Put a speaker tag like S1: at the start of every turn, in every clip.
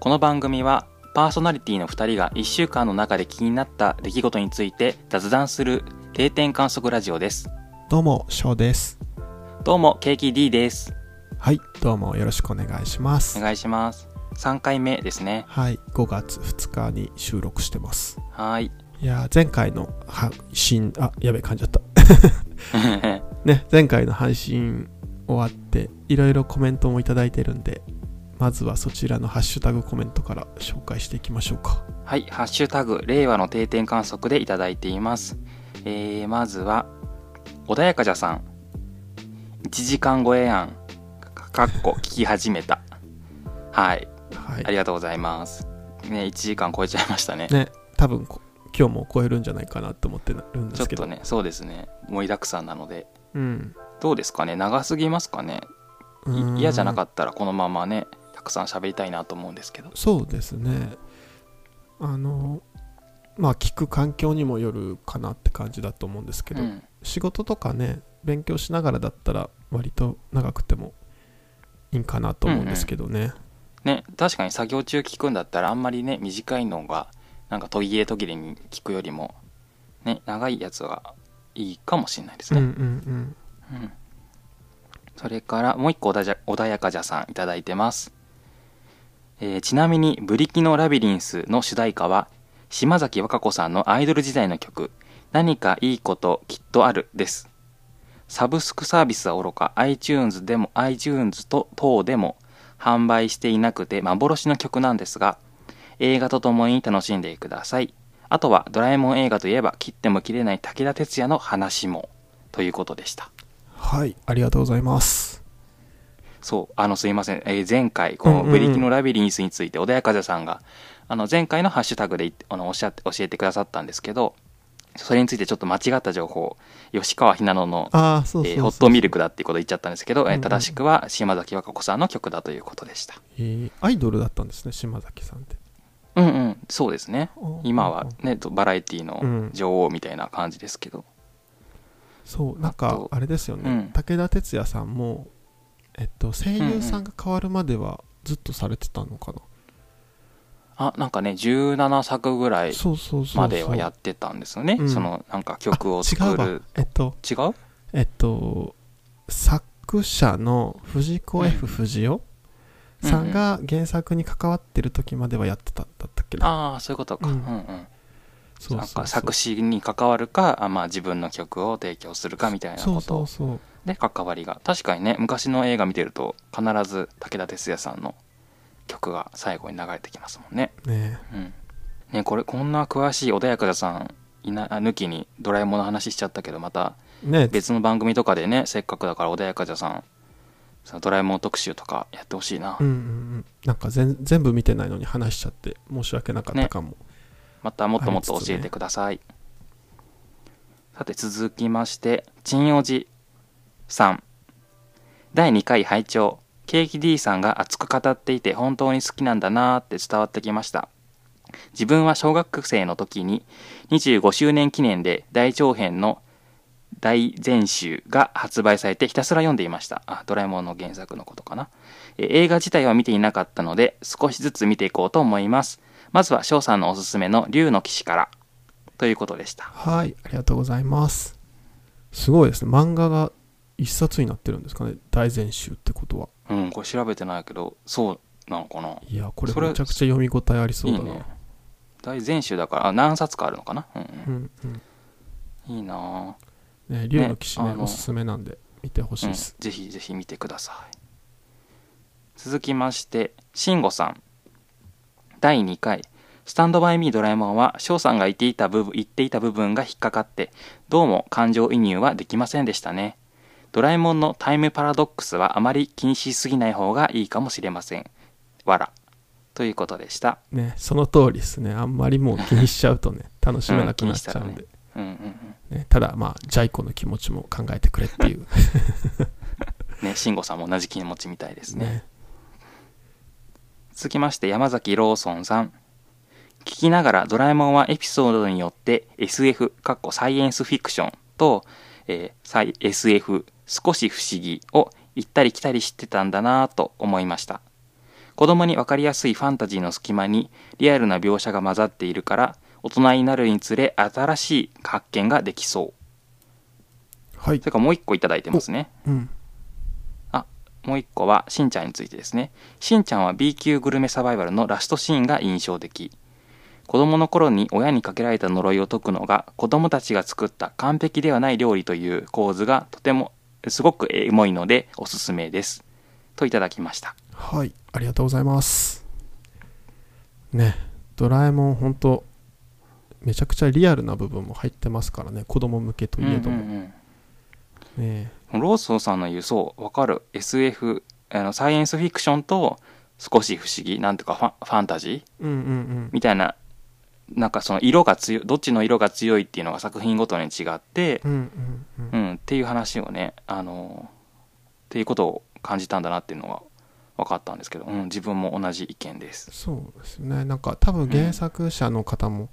S1: この番組はパーソナリティの2人が1週間の中で気になった出来事について雑談する定点観測ラジオです
S2: どうも、翔です。
S1: どうもケーキ D です
S2: はい、どうもよろしくお願いします
S1: お。願いします3回目ですね
S2: はい、5月2日に収録してます。
S1: はー い
S2: いやー、前回の配信、あ、やべえ、噛んじゃった。 ね、前回の配信終わって、いろいろコメントもいただいてるんで、まずはそちらのハッシュタグコメントから紹介していきましょうか。
S1: はい「ハッシュタグ令和の定点観測」でいただいていますえー、まずは穏やかじゃさん1時間超えやんかかっこ聞き始めたはい
S2: は
S1: あ
S2: い。
S1: りがとうございますね1時間超えちゃいましたね
S2: ね、多分こ今日も超えるんじゃないかなって思ってるんで
S1: ちょ
S2: す
S1: っ
S2: けど。
S1: とね、そうですね。盛りだくさんなので。
S2: うん。
S1: どうですかね長すぎますかねい嫌じゃなか
S2: った。
S1: ったらこのままね、たくさん喋りたいなと思うんですけど。
S2: そうですね。あの、まあ、聞く環境にもよるかなって感じだと思うんですけど、
S1: うん。
S2: 仕事とかね勉強しながらだったら割と長くてもいいんかなと思うんですけどね、
S1: ね、確かに作業中聞くんだったらあんまりね、短いのが、なんか途切れ途切れに聞くよりも、ね、長いやつがいいかもしれないです
S2: うん、う
S1: ね。
S2: んうん
S1: うんそれからもう一個おだじゃ穏やかじゃさんいただいてます、えーちなみに「ブリキのラビリンス」の主題歌は島崎和歌子さんのアイドル時代の曲「何かいいこときっとある」ですサブスクサービスはおろか iTunes でも iTunes と等でも販売していなくて幻の曲なんですが映画とともに楽しんでくださいあとはドラえもん映画といえば切っても切れない武田鉄矢の話もということでした
S2: はいありがとうございます
S1: そう、あの、すいません。えー前回、この
S2: うんうんうん
S1: ブリキのラビリンスについて、小田谷風さんが、あの、前回のハッシュタグでいあのおっしゃって教えてくださったんですけど、それについてちょっと間違った情報、吉川ひなのの、
S2: ああそうそうそう、
S1: えーホットミルクだっていうことを言っちゃったんですけど、えー
S2: うんうん
S1: 正しくは島崎和歌子さんの曲だということでした。
S2: えーアイドルだったんですね島崎さんって
S1: うんうん、そうですね。今は
S2: うん
S1: ね、とバラエティ
S2: うん
S1: の女王みたいな感じですけど。
S2: そうなん
S1: あ
S2: か
S1: と
S2: あれですよね、
S1: うん
S2: 武田鉄矢さんもえっと声優さんが変わるまではずっとされてたのかな、
S1: あ、なんかね、17作ぐらい
S2: そうそうそうそう
S1: まではやってたんですよね。
S2: うん
S1: その、なんか曲を
S2: あ
S1: 作
S2: 違うわ
S1: る。
S2: えっと
S1: 違う
S2: えっと作者の藤子 F
S1: うん
S2: 不二雄さんが原作に関わってる時まではやってたんだったっけな
S1: ああ、そういうことか。
S2: う
S1: うんんうん。
S2: そう
S1: なん
S2: そうそう
S1: か作詞に関わるか、あまあ、自分の曲を提供するかみたいな
S2: そう
S1: こ
S2: そう
S1: と
S2: そう
S1: で関わりが確かにね昔の映画見てると必ず武田鉄矢さんの曲が最後に流れてきますもんね。
S2: ね
S1: うん、ねこれこんな詳しい穏やかさんいなあ抜きにドラえもんの話しちゃったけどまた
S2: えねえ
S1: 別の番組とかでねせっかくだから穏やかさんそのドラえもん特集とかやってほしいな、
S2: うんうんうんなんか全全部見てないのに話しちゃって申し訳なかったかも、
S1: またもっともっと
S2: ありつつ
S1: 教
S2: ね
S1: えてください、さて続きましてちんおじさん第2回拝聴ケーキ D さんが熱く語っていて本当に好きなんだなーって伝わってきました自分は小学生の時に25周年記念で大長編の大全集が発売されてひたすら読んでいましたあドラえもんの原作のことかなえー映画自体は見ていなかったので少しずつ見ていこうと思いますまずは翔さんのおすすめの竜の騎士からということでした
S2: はいありがとうございますすごいですね漫画が一冊になってるんですかね大全集ってことは
S1: うんこれ調べてないけどそうなのかない
S2: やこれ
S1: それ
S2: めちゃくちゃ読み応えありそうだ
S1: い
S2: ない
S1: ね大全集だからあ何冊かあるのかなうん、
S2: う
S1: うん
S2: んうん
S1: いいなあ
S2: ね竜の騎士ね
S1: ねあの
S2: おすすめなんで見てほしいです、
S1: うん、ぜひぜひ見てください続きまして慎吾さん第2回「スタンドバイミードラえもん」は翔さんが言っていた部分言っていた部分が引っかかってどうも感情移入はできませんでしたねドラえもんのタイムパラドックスはあまり気にしすぎない方がいいかもしれませんわらということでした
S2: ね、その通りですね。あんまりもう気にしちゃうとね、楽しめなくなっちゃうん
S1: うん気にしたら
S2: で。ね
S1: うんうんうん
S2: ただ、まあ、ジャイコの気持ちも考えてくれっていう
S1: ね慎吾さんも同じ気持ちみたいですね
S2: ね。
S1: 続きまして山崎ローソンさん聞きながらドラえもんはエピソードによって SF かっこサイエンスフィクションと、えーサイ SF 少し不思議を行ったり来たりしてたんだなぁと思いました子供に分かりやすいファンタジーの隙間にリアルな描写が混ざっているから大人になるにつれ新しい発見ができそ
S2: はいう
S1: それ。からもう一個いただいてますね
S2: うん。
S1: もう一個はしんちゃんについてですねしんちゃんは B 級グルメサバイバルのラストシーンが印象的子供の頃に親にかけられた呪いを解くのが子供たちが作った完璧ではない料理という構図がとてもすごくエモいのでおすすめですといただきました
S2: はい。ありがとうございます。ね。ドラえもん、本当めちゃくちゃリアルな部分も入ってますからね。子供向けといえども。
S1: うんうん
S2: ね
S1: うんローソンさんの言うそうわかる SF あのサイエンスフィクションと少し不思議なんとかファンファンタジー
S2: うんうんうん。
S1: みたいななんかその色が強いどっちの色が強いっていうのが作品ごとに違って
S2: う、んうんうん
S1: う。んっていう話をねあのっていうことを感じたんだなっていうのが分かったんですけど、うん、自分も同じ意見です。
S2: そうですねなんか多分原作者の方も、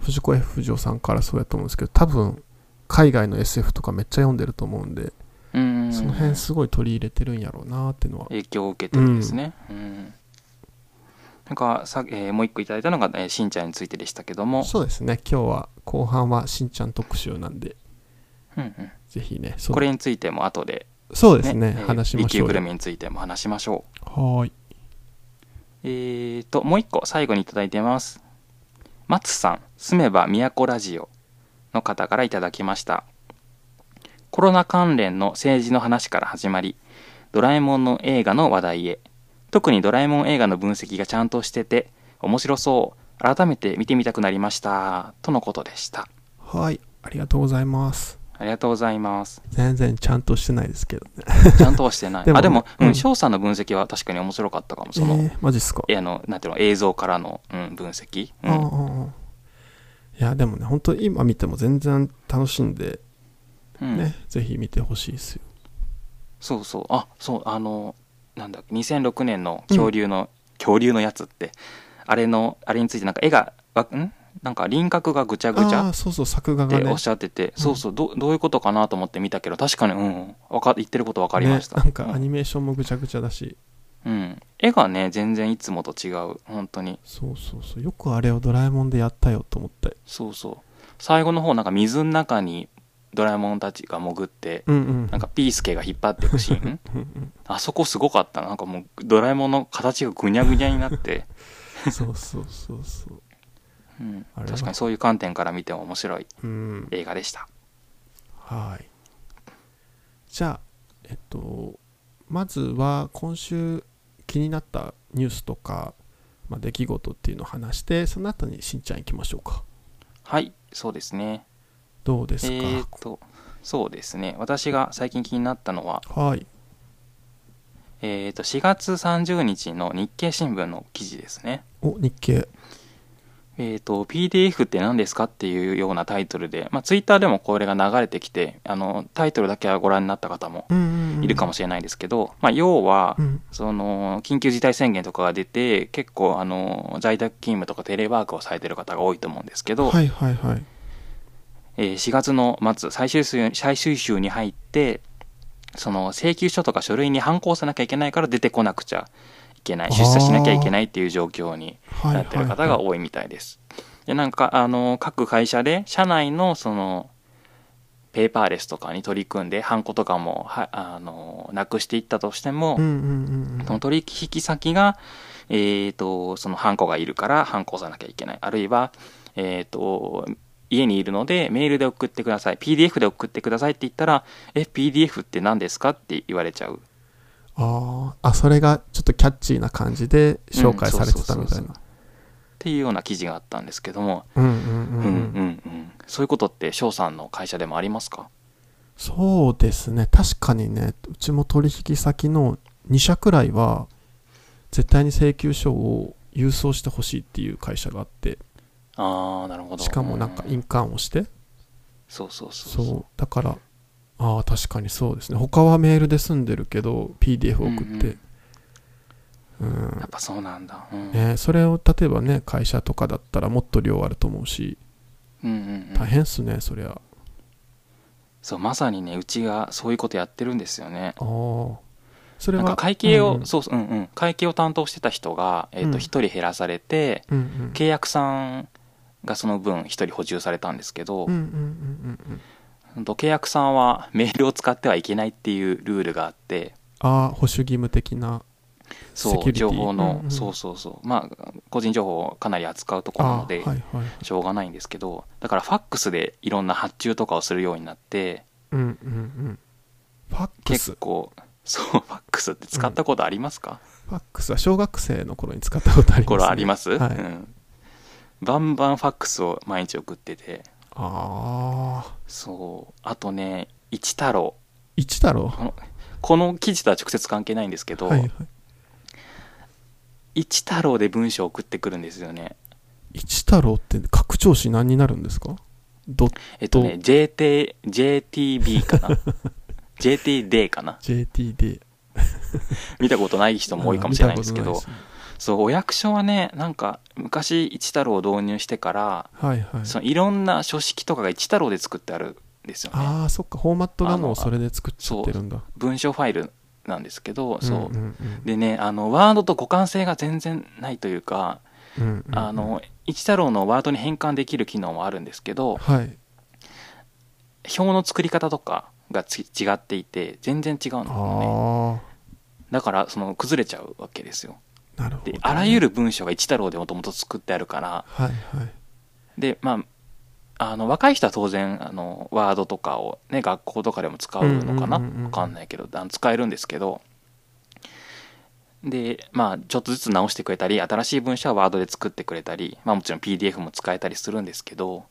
S2: 藤子 F 不二雄さんからそうやと思うんですけど多分海外の SF とかめっちゃ読んでると思うんで、
S1: うん
S2: その辺すごい取り入れてるんやろうなっていうのは
S1: 影響を受けてるんですね。うんなんかさ、えーもう一個いただいたのが、えーしんちゃんについてでしたけども、
S2: そうですね今日は後半はしんちゃん特集なんで
S1: うんうん
S2: ぜひねその
S1: これについても後で、
S2: そうですね
S1: えー
S2: 話しまし
S1: B 級
S2: ょう
S1: グル
S2: よ
S1: メについても話しましょう。
S2: はーい
S1: えーと、もう一個最後にいただいてます。松さん、住めば都ラジオの方からいただきました。コロナ関連の政治の話から始まり、ドラえもんの映画の話題へ。特にドラえもん映画の分析がちゃんとしてて、面白そう。改めて見てみたくなりました。とのことでした。
S2: はいありがとうございます
S1: ありがとうございます。
S2: 全然ちゃんとしてないですけどね
S1: ちゃんとはしてない。
S2: でも
S1: あ、でも、う
S2: うん
S1: ん、翔さんの分析は確かに面白かったかも。
S2: え
S1: その、
S2: ーマジっすか
S1: えあの、なんていうの、映像からの、うん、分析。うん
S2: ああああいやでもね本当今見ても全然楽しんで
S1: うん
S2: ね、ぜひ見てほしいですよ
S1: そうそうあそうあのなんだっけ2006年の恐竜の、恐竜のやつってあれのあれについてなんか絵がわんなんか輪郭がぐちゃぐち
S2: あ
S1: ゃ
S2: あ
S1: っ
S2: そうそう作画が
S1: て
S2: ね
S1: おっしゃってて、そうそうどどういうことかなと思って見たけど確かにうんわか言ってること分かりました、
S2: ね、なんか
S1: う
S2: ア
S1: ん
S2: ニメーションもぐちゃぐちゃだし、
S1: うん絵がね全然いつもと違う本当に
S2: そうそうそうよくあれをドラえもんでやったよと思って
S1: そうそう最後の方なんか水の中にドラえもんたちが潜って
S2: うんうん
S1: なんかピースケが引っ張っていくシー ン
S2: うん
S1: あそこすごかったななんかもうドラえもんの形がぐにゃぐにゃになって
S2: うんそうそうそうそう
S1: うん
S2: あれは
S1: 確かにそういう観点から見ても面白い
S2: うん
S1: 映画でした
S2: はいじゃあえっとまずは今週気になったニュースとか、まあ、出来事っていうのを話してその後にしんちゃん行きましょうか
S1: はいそうですね
S2: どうですか、
S1: えーっとそうですね私が最近気になったのは、
S2: はい
S1: えーっと4月30日の日経新聞の記事ですね
S2: お日経
S1: えーっと PDF って何ですかっていうようなタイトルで、まあ、Twitter でもこれが流れてきてあのタイトルだけはご覧になった方も
S2: うんうんうん
S1: いるかもしれないですけど、まあ、要は、
S2: うん
S1: その緊急事態宣言とかが出て結構あの在宅勤務とかテレワークをされてる方が多いと思うんですけど、
S2: はいはいはい
S1: えー4月の末最終週最終週に入ってその請求書とか書類に反抗さなきゃいけないから出てこなくちゃいけな
S2: あ
S1: い
S2: ー
S1: 出社しなきゃいけないっていう状況に
S2: はい
S1: な
S2: はい
S1: ってる方が
S2: はい
S1: 多いみたいです。でなんかあの各会社で社内のそのペーパーレスとかに取り組んでハンコとかもはあのなくしていったとしても、
S2: うんうんうんうん
S1: その取引先が、えー、とそのハンコがいるからハンコを押さなきゃいけないあるいは、えー、と家にいるのでメールで送ってください PDF で送ってくださいって言ったらえ PDF って何ですかって言われちゃう
S2: あーあそれがちょっとキャッチーな感じで紹介されてた
S1: う
S2: みたい
S1: んそうそうそう
S2: な
S1: っていうような記事があったんですけども、
S2: うんう
S1: う
S2: んうんん
S1: う
S2: うんん、
S1: うん、そういうことって翔さんの会社でもありますか
S2: そうですね確かにねうちも取引先の2社くらいは絶対に請求書を郵送してほしいっていう会社があって
S1: ああなるほど
S2: しかもなんか
S1: うん
S2: 印鑑をして
S1: そうそうそう
S2: そうだからああ確かにそうですね他はメールで済んでるけど PDF 送ってうん
S1: やっぱそうなんだ、うん
S2: ね、それを例えばね会社とかだったらもっと量あると思うし
S1: うんうんう
S2: 大
S1: ん、
S2: 変っすねそりゃ
S1: そうまさにねうちがそういうことやってるんですよね
S2: ああそれ
S1: なん
S2: は
S1: か会計を、
S2: うん
S1: そうそう、うんうん、会計を担当してた人が、えっ、
S2: うん
S1: と、一人減らされて、
S2: うんうん
S1: 契約さんがその分一人補充されたんですけど、
S2: うんうんうんうんうん
S1: うんと契約さんはメールを使ってはいけないっていうルールがあって、
S2: ああ保守義務的なセキュ
S1: そ
S2: リ
S1: う、
S2: ティ
S1: 情報の、
S2: うんうん
S1: そうそうそう、まあ、個人情報をかなり扱うところな
S2: あ
S1: の
S2: あー
S1: で、
S2: はいはい
S1: しょうがないんですけど、だからファックスでいろんな発注とかをするようになって、
S2: うんうんうんファックス
S1: 結
S2: フ
S1: 構、そう、ファックスって使ったことありますか、
S2: ァックスは小学生の頃に使ったことあります、ね、
S1: これあります、
S2: はい
S1: うん。バンバンファックスを毎日送ってて、
S2: ああ
S1: そう、あとね、一太郎。
S2: 一太郎
S1: このこの記事とは直接関係ないんですけど、
S2: はいはい
S1: 一太郎で文章を送ってくるんですよね。
S2: 一太郎って拡張子何になるんですかドッ
S1: えっとね、JT、JTB か な ?JTD かな
S2: JTD
S1: 見たことない人も多いかもしれないんですけ
S2: あー見
S1: ど
S2: た、ことないですね
S1: そう、お役所はね、なんか、昔、一太郎を導入してから、
S2: はいはい
S1: そのいろんな書式とかが一太郎で作ってあるんですよね。
S2: ああそっかフォーマットがもうそれで作っちゃってるんだ
S1: 文章ファイルなんですけど、そう。
S2: んんうん
S1: でね、あの、ワードと互換性が全然ないというか、
S2: うんうんうん
S1: あの、一太郎のワードに変換できる機能もあるんですけど、
S2: はい
S1: 表の作り方とかがち違っていて、全然違うんだよね。
S2: あ
S1: だから、その、崩れちゃうわけですよ。
S2: あなるほ
S1: で
S2: どね、
S1: あらゆる文章が一太郎でもともと作ってあるから、
S2: はいはい
S1: で、まあ、あの、若い人は当然、あの、ワードとかをね、学校とかでも使うのかな
S2: うんうんうんうん
S1: わかんないけど、あの使えるんですけど、で、まあ、ちょっとずつ直してくれたり、新しい文章はワードで作ってくれたり、まあもちろん PDF も使えたりするんですけど、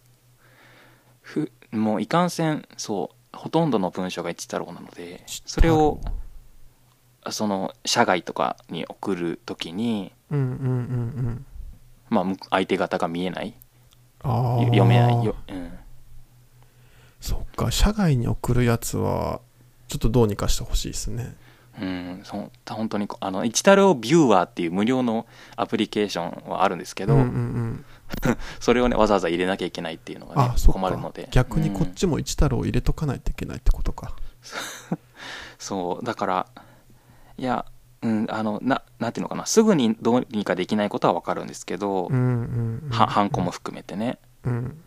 S1: ふ、もういかんせん、そう、ほとんどの文章が一太郎なので、それを、その、社外とかに送るときに、
S2: うんうんうんうん
S1: まあ、む相手方が見えない
S2: ああ
S1: 読めないよ、うん、
S2: そっか社外に送るやつはちょっとどうにかしてほしいですね
S1: うん、その本当にこあの一太郎ビューワーっていう無料のアプリケーションはあるんですけど、
S2: うんうんうん
S1: それをねわざわざ入れなきゃいけないっていうのが、
S2: あ
S1: ね、
S2: そっ
S1: 困るの
S2: か
S1: で
S2: 逆にこ
S1: う
S2: っ
S1: ん
S2: ちも一太郎を入れとかないといけないってことか
S1: そうだからいや、うん、あのななんていうのかなすぐにどうにかできないことはわかるんですけど、
S2: うんうんうん
S1: はハンコも含めてね、
S2: うん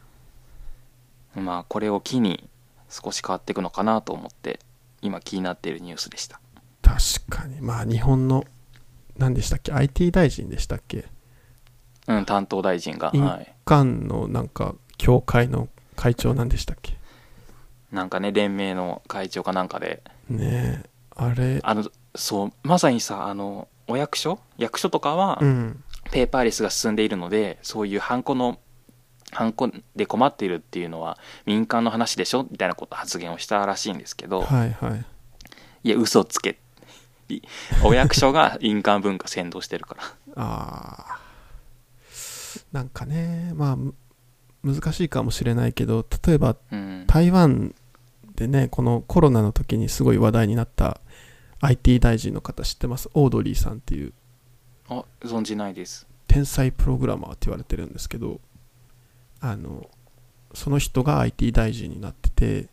S1: まあこれを機に少し変わっていくのかなと思って今気になっているニュースでした
S2: 確かにまあ日本の何でしたっけ IT 大臣でしたっけ
S1: うん担当大臣が、
S2: うん
S1: はい、
S2: 間のなんか協会の会長なんでしたっけ
S1: なんかね連盟の会長かなんかで
S2: ねえあれ
S1: あのそうまさにさあのお役所役所とかは
S2: うん
S1: ペーパーレスが進んでいるので、そういうハンコのハンコで困っているっていうのは民間の話でしょみたいなこと発言をしたらしいんですけど、
S2: はいはい
S1: い、や嘘つけいお役所が印鑑文化先導してるから
S2: あーなんかねまあむ難しいかもしれないけど例えば
S1: うん
S2: 台湾でねこのコロナの時にすごい話題になった IT 大臣の方知ってますオードリーさんっていう
S1: あ存じないです
S2: 天才プログラマーって言われてるんですけどあのその人が IT 大臣になってて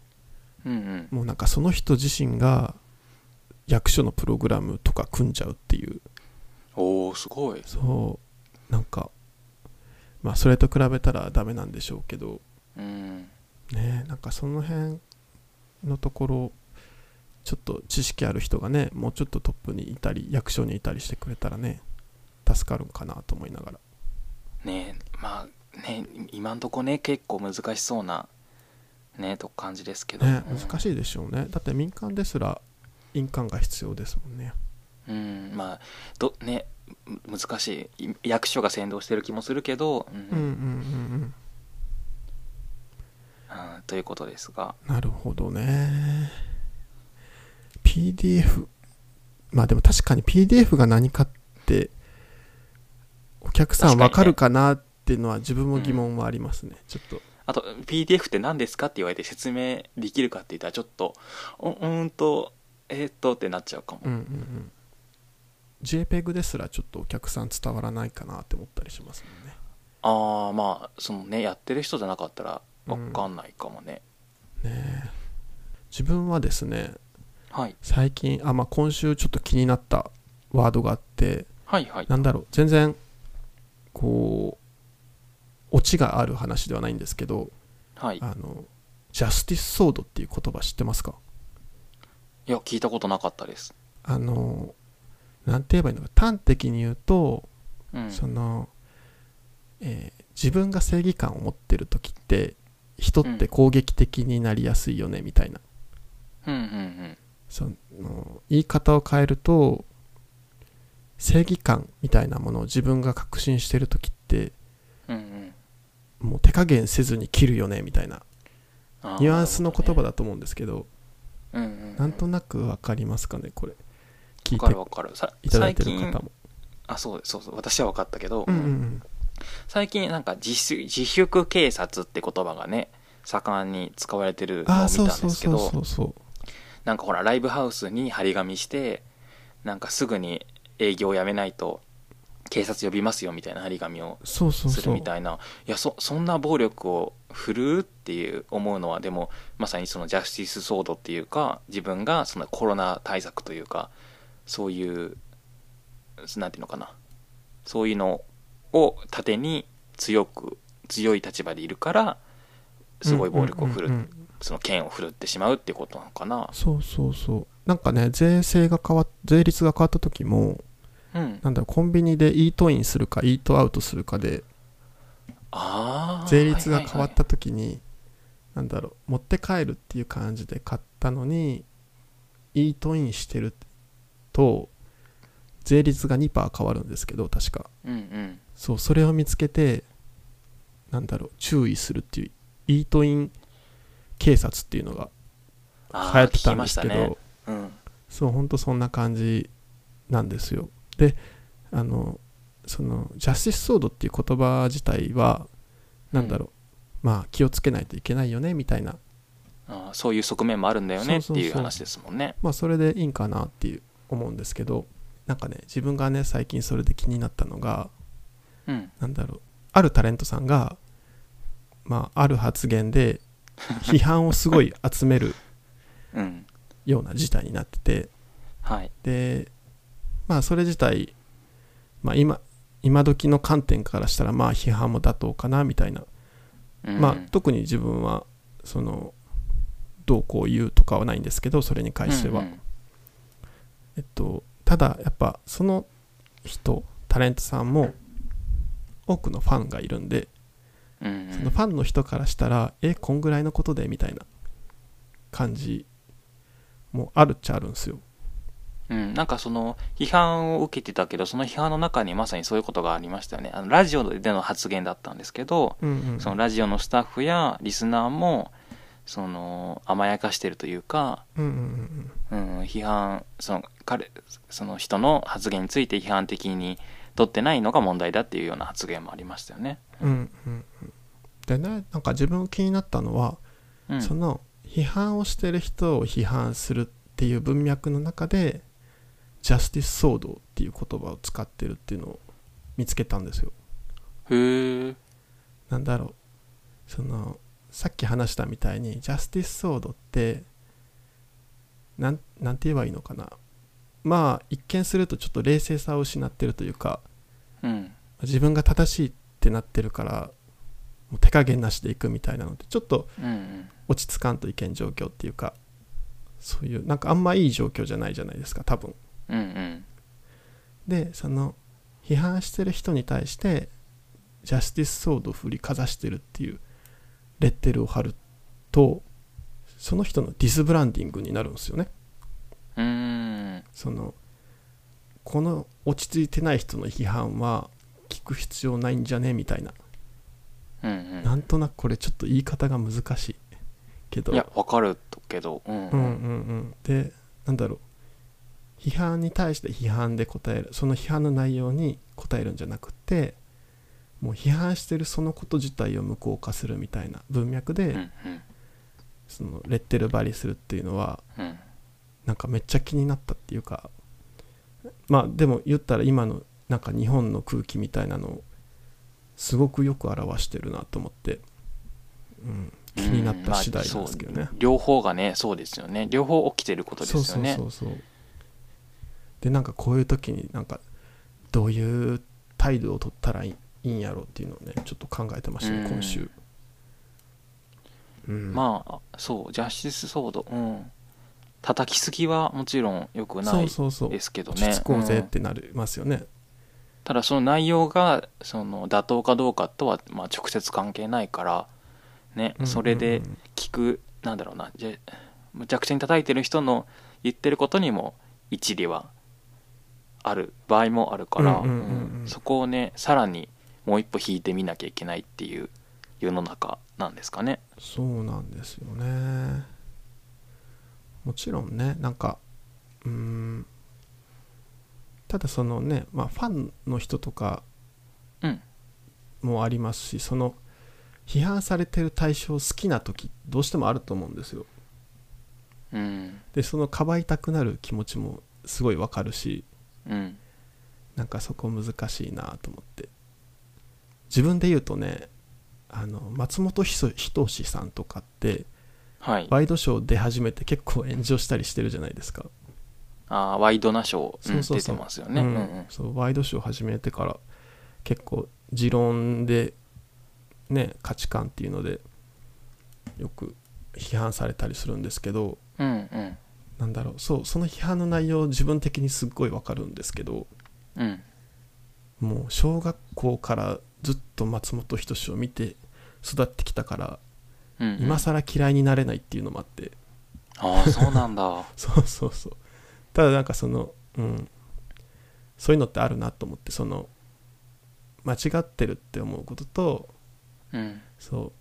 S1: うんうん
S2: もうなんかその人自身が役所のプログラムとか組んじゃうっていう
S1: おおすごい
S2: そうなんかまあそれと比べたらダメなんでしょうけど
S1: うん
S2: ねなんかその辺のところちょっと知識ある人がねもうちょっとトップにいたり役所にいたりしてくれたらね助かるんかなと思いながら
S1: ねえまあね今んとこね結構難しそうなねと感じですけど、
S2: ね
S1: うん
S2: 難しいでしょうねだって民間ですら印鑑が必要ですもんね
S1: うんまあどねむ難しいい役所が先導してる気もするけど、うん
S2: うんうんうん
S1: うんということですが
S2: うんなるほどね PDF まあでも確かに PDF が何かってお客さん分かるかなっていうのは自分も疑問はありますね、ちょっと
S1: あと PDF って何ですかって言われて説明できるかって言ったらちょっとおうーんとえーっとってなっちゃうかも、
S2: うんうんうん、JPEG ですらちょっとお客さん伝わらないかなって思ったりしますもんね
S1: ああまあそのねやってる人じゃなかったらわかんないかもね、
S2: ねえ自分はですね
S1: はい
S2: 最近あ、まあ、今週ちょっと気になったワードがあって
S1: はいはい
S2: なんだろう全然こうオチがある話ではないんですけど
S1: はいい
S2: あのジャスティスソードっていう言葉知ってますか
S1: や聞いたことなかったです
S2: あのなんて言えばいいのか端的に言うと、
S1: うん
S2: その、えー自分が正義感を持ってる時って人って攻撃的になりやすいよねみたいな、
S1: うんうん
S2: その言い方を変えると正義感みたいなものを自分が確信してる時って
S1: うんうんうん
S2: もう手加減せずに切るよねみたいな
S1: あ
S2: ニュアンスの言葉
S1: だ、
S2: だと思うんですけど
S1: うんうんうん、
S2: なんとなくわかりますかねこれ聞い
S1: わか
S2: て
S1: るわかるさ
S2: いただ
S1: 最
S2: いてる方
S1: 近
S2: も
S1: あそうですそうそう私は分かったけど、
S2: うんうんうん
S1: 最近なんか自主自粛警察って言葉がね盛んに使われてるのを
S2: ああ
S1: 見
S2: そう
S1: たん
S2: そ
S1: で
S2: う
S1: すけ
S2: そう
S1: ど
S2: そうそう
S1: なんかほらライブハウスに張り紙してなんかすぐに営業をやめないと警察呼びますよみたいな張り紙を
S2: そうそう
S1: す
S2: そ
S1: る
S2: う
S1: みたいないやそそんな暴力を振るうっていう思うのはでもまさにそのジャスティス騒動っていうか自分がそのコロナ対策というかそういうなんていうのかなそういうのを盾に強く強い立場でいるからすごい暴力を振るう
S2: うんうんうんうん
S1: その剣を振るってしまうっていうことなのかな。
S2: そうそうそうなんかね税制が変わっ税率が変わった時も
S1: うん、
S2: なんだろうコンビニでイートインするかイートアウトするかで
S1: あー
S2: 税率が変わっ、た
S1: は
S2: 時になんだろう持って帰るっていう感じで買ったのにイートインしてると税率が2%変わるんですけど確か
S1: いはいはいうんうん、
S2: そうそれを見つけてなんだろう注意するっていうイートイン警察っていうのが流
S1: あー
S2: 行ってたんですけ
S1: 聞きました
S2: ど
S1: ねうん
S2: そうほんとそんな感じなんですよであのそのジャスティス・ソードっていう言葉自体はなんだろう、まあ気をつけないといけないよねみたいな
S1: あーそういう側面もあるんだよねって
S2: そうそう
S1: い
S2: そうう
S1: 話ですもんね。
S2: まあそれでいいんかなっていう思うんですけどなんかね自分がね最近それで気になったのが
S1: うん、
S2: なんだろうあるタレントさんがまあある発言で批判をすごい集める
S1: うん、
S2: ような事態になってて
S1: はい、
S2: でまあそれ自体、まあ、今今時の観点からしたらまあ批判も妥当かなみたいな、
S1: うん
S2: まあ特に自分はそのどうこう言うとかはないんですけどそれに関しては、
S1: うんうん
S2: えっと、ただやっぱその人タレントさんも多くのファンがいるんで
S1: うんうん
S2: そのファンの人からしたらえこんぐらいのことでみたいな感じもあるっちゃあるんですよ
S1: うん、なんかその批判を受けてたけどその批判の中にまさにそういうことがありましたよねあのラジオでの発言だったんですけど
S2: うんうん
S1: そのラジオのスタッフやリスナーもその甘やかしてるというか、
S2: うんうんうん
S1: うん、批判その彼その人の発言について批判的に取ってないのが問題だっていうような発言もありましたよね。
S2: うんうんうんでねなんか自分気になったのは、
S1: うん、
S2: その批判をしてる人を批判するっていう文脈の中でジャスティス騒動っていう言葉を使ってるっていうのを見つけたんですよ
S1: へえ
S2: なんだろうそのさっき話したみたいにジャスティス騒動ってなんなんて言えばいいのかなまあ一見するとちょっと冷静さを失ってるというか
S1: うん
S2: 自分が正しいってなってるからもう手加減なしでいくみたいなのでちょっと
S1: うんうん
S2: 落ち着かんといけん状況っていうかそういうなんかあんまいい状況じゃないじゃないですか多分
S1: うんうん
S2: でその批判してる人に対してジャスティスソードを振りかざしてるっていうレッテルを貼るとその人のディスブランディングになるんですよね
S1: うーん
S2: そのこの落ち着いてない人の批判は聞く必要ないんじゃねみたいな
S1: うんうん
S2: なんとなくこれちょっと言い方が難しいけど
S1: いやわかるけどうんう
S2: うんうん
S1: ん
S2: うん、でなんだろう批判に対して批判で答えるその批判の内容に答えるんじゃなくてもう批判してるそのこと自体を無効化するみたいな文脈で、
S1: うんうん
S2: そのレッテル貼りするっていうのは
S1: うん
S2: なんかめっちゃ気になったっていうかまあでも言ったら今のなんか日本の空気みたいなのをすごくよく表してるなと思って、うん、気になった次第なんですけどね
S1: まあ、そう両方がねそうですよね両方起きてることです
S2: そう
S1: よ
S2: そう
S1: ね
S2: そうそうでなんかこういう時になんかどういう態度を取ったらいいいいんやろうっていうのをねちょっと考えてましたね、
S1: うん
S2: 今週、うん、
S1: まあそうジャスティスソードうん叩きすぎはもちろん良くな
S2: そう
S1: い
S2: そうそう
S1: ですけど
S2: し
S1: ね
S2: つこうぜ
S1: う
S2: っ
S1: ん
S2: てなりますよね、
S1: ただその内容がその妥当かどうかとは、まあ、直接関係ないからね
S2: うん
S1: それで
S2: うんうん
S1: 聞くなんだろうなじゃむちゃくちゃに叩いてる人の言ってることにも一理はある場合もあるから、
S2: うんうんうんうん
S1: うんそこをねさらにもう一歩引いてみなきゃいけないっていう世の中なんですかね。
S2: そうなんですよねもちろんねなんかうーんただそのね、まあ、ファンの人とか
S1: うん
S2: もありますしその批判されてる対象好きな時どうしてもあると思うんですよ
S1: うん
S2: でそのかばいたくなる気持ちもすごいわかるし
S1: うん
S2: なんかそこ難しいなと思って自分で言うとねあの松本人志さんとかって
S1: はい、
S2: ワイドショー出始めて結構炎上したりしてるじゃないですか
S1: あーワイドなショー、うん
S2: そうそうそう
S1: 出てますよね。
S2: う
S1: うんんうん
S2: そうワイドショー始めてから結構持論でね価値観っていうのでよく批判されたりするんですけど
S1: うんうん
S2: なんだろうそうその批判の内容自分的にすっごいわかるんですけど
S1: うん
S2: もう小学校からずっと松本人志を見て育ってきたから
S1: うんうん
S2: 今更嫌いになれないっていうのもあって
S1: ああそうなん だ
S2: そうそうそうただなんかそのうんそういうのってあるなと思ってその間違ってるって思うことと
S1: うん
S2: そ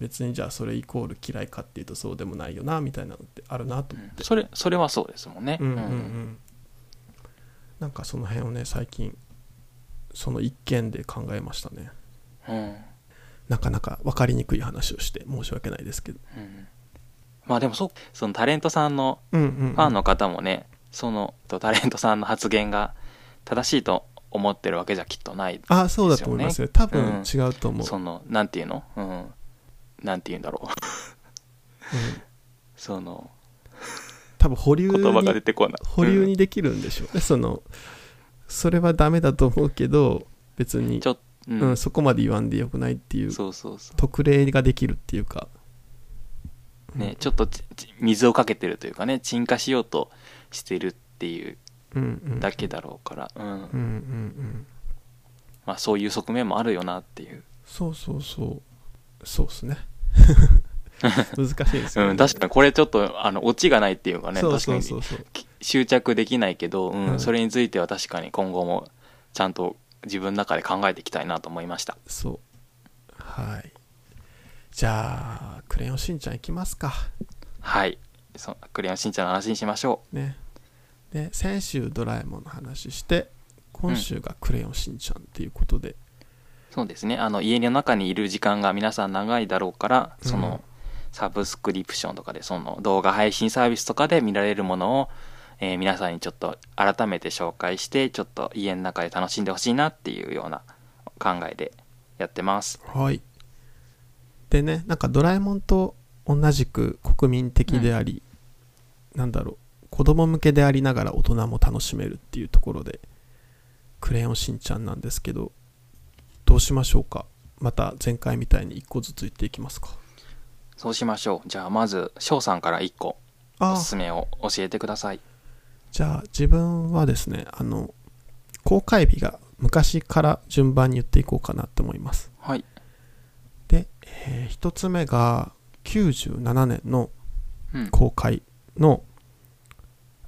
S2: う別にじゃあそれイコール嫌いかっていうとそうでもないよなみたいなのってあるなと
S1: う
S2: 思
S1: ん
S2: って、
S1: それそれはそうですもんね。
S2: うんうんうんなんかその辺をね最近その一件で考えましたね
S1: うんうん
S2: なかなか分かりにくい話をして申し訳ないですけど、
S1: うんまあでもそうそのタレントさんの
S2: うんうんうん
S1: ファンの方もね、そのとタレントさんの発言が正しいと思ってるわけじゃきっとない
S2: あそうだと思いますよ多分違うと思う、
S1: そのなんていうの、うん、なんていうんだろう
S2: うん
S1: その
S2: 多分保留に
S1: 言葉が出てこない
S2: 保留にできるんでしょうね、そのそれはダメだと思うけど別
S1: う
S2: に
S1: んちょっと、う
S2: うん、そこまで言わんでよくないっていう
S1: そうそうそ
S2: 特例ができるっていうか
S1: うねちょっとちち水をかけてるというかね沈下しようとしてるっていう
S2: うんうん
S1: だけだろうから、うん
S2: うんうんうん
S1: まあ、そういう側面もあるよなっていう、
S2: そうそうそうそうっ すね難しいですよね、
S1: うん、確かにこれちょっとあのオチがないっていうかね
S2: そうそうそう
S1: 確か
S2: そう
S1: にき執着できないけど、うん
S2: うん
S1: それについては確かに今後もちゃんと自分の中で考えていきたいなと思いました
S2: そうはいじゃあ「クレヨンしんちゃん」いきますか
S1: はいそクレヨンしんちゃんの話にしましょ
S2: ねで先週ドラえもんの話して今週が「クレヨンしんちゃん」っていうことで、
S1: うそうですねあの家の中にいる時間が皆さん長いだろうからその、
S2: うん
S1: サブスクリプションとかでその動画配信サービスとかで見られるものを、えー皆さんにちょっと改めて紹介してちょっと家の中で楽しんでほしいなっていうような考えでやってます
S2: はい。でね、なんかドラえもんと同じく国民的であり、なんだろう、子供向けでありながら大人も楽しめるっていうところで、クレヨンしんちゃんなんですけど、どうしましょうかまた前回みたいに1個ずつ言っていきますか。
S1: そうしましょう。じゃあまず翔さんから1個お
S2: あ
S1: すすめを教えてください。
S2: じゃあ自分はですね、あの、公開日が昔から順番に言っていこうかなと思います。
S1: はい。
S2: で、え1つ目が97年の
S1: うん。
S2: 公開の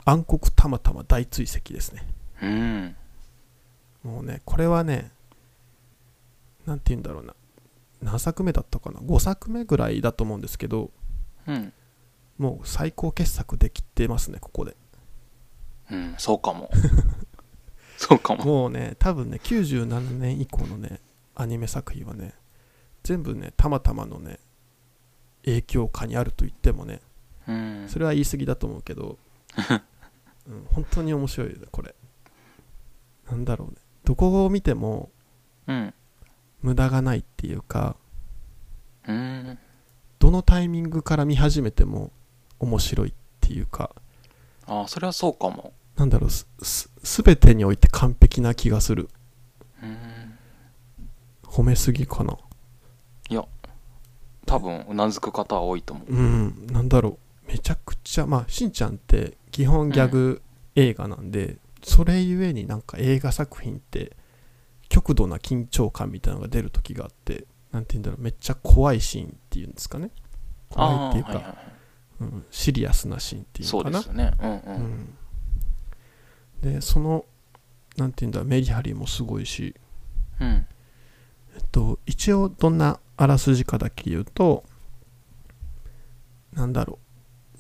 S2: 暗黒たまたま大追跡ですね
S1: うん。
S2: もうねこれはね何て言うんだろうな何作目だったかな5作目ぐらいだと思うんですけど
S1: うん。
S2: もう最高傑作できてますねここで
S1: うん。そうか も。そうかも。
S2: もうね多分ね97年以降のねアニメ作品はね全部ねたまたまのね影響下にあると言ってもね
S1: うん。
S2: それは言い過ぎだと思う けど、うん、本当に面白いよねこれなんだろうねどこを見ても
S1: うん。
S2: 無駄がないっていうか
S1: うん。
S2: どのタイミングから見始めても面白いっていうか
S1: ああそれはそうかも
S2: なんだろうすす全てにおいて完璧な気がする
S1: うーん
S2: 褒めすぎかない
S1: や多分うなずく方は多いと思う
S2: うんなんだろうめちゃくちゃまあしんちゃんって基本ギャグ映画なんで、それゆえになんか映画作品って極度な緊張感みたいなのが出る時があってなんて言うんだろうめっちゃ怖いシーンっていうんですかね怖いっていうか、
S1: ああはは
S2: うん、シリアスなシーンって
S1: い
S2: いう
S1: そう
S2: のか
S1: で
S2: な
S1: すよねうんう、
S2: うんんでそのなんて言うんだメリハリもすごいし
S1: うん、
S2: えっと、一応どんなあらすじかだけ言うとなんだろ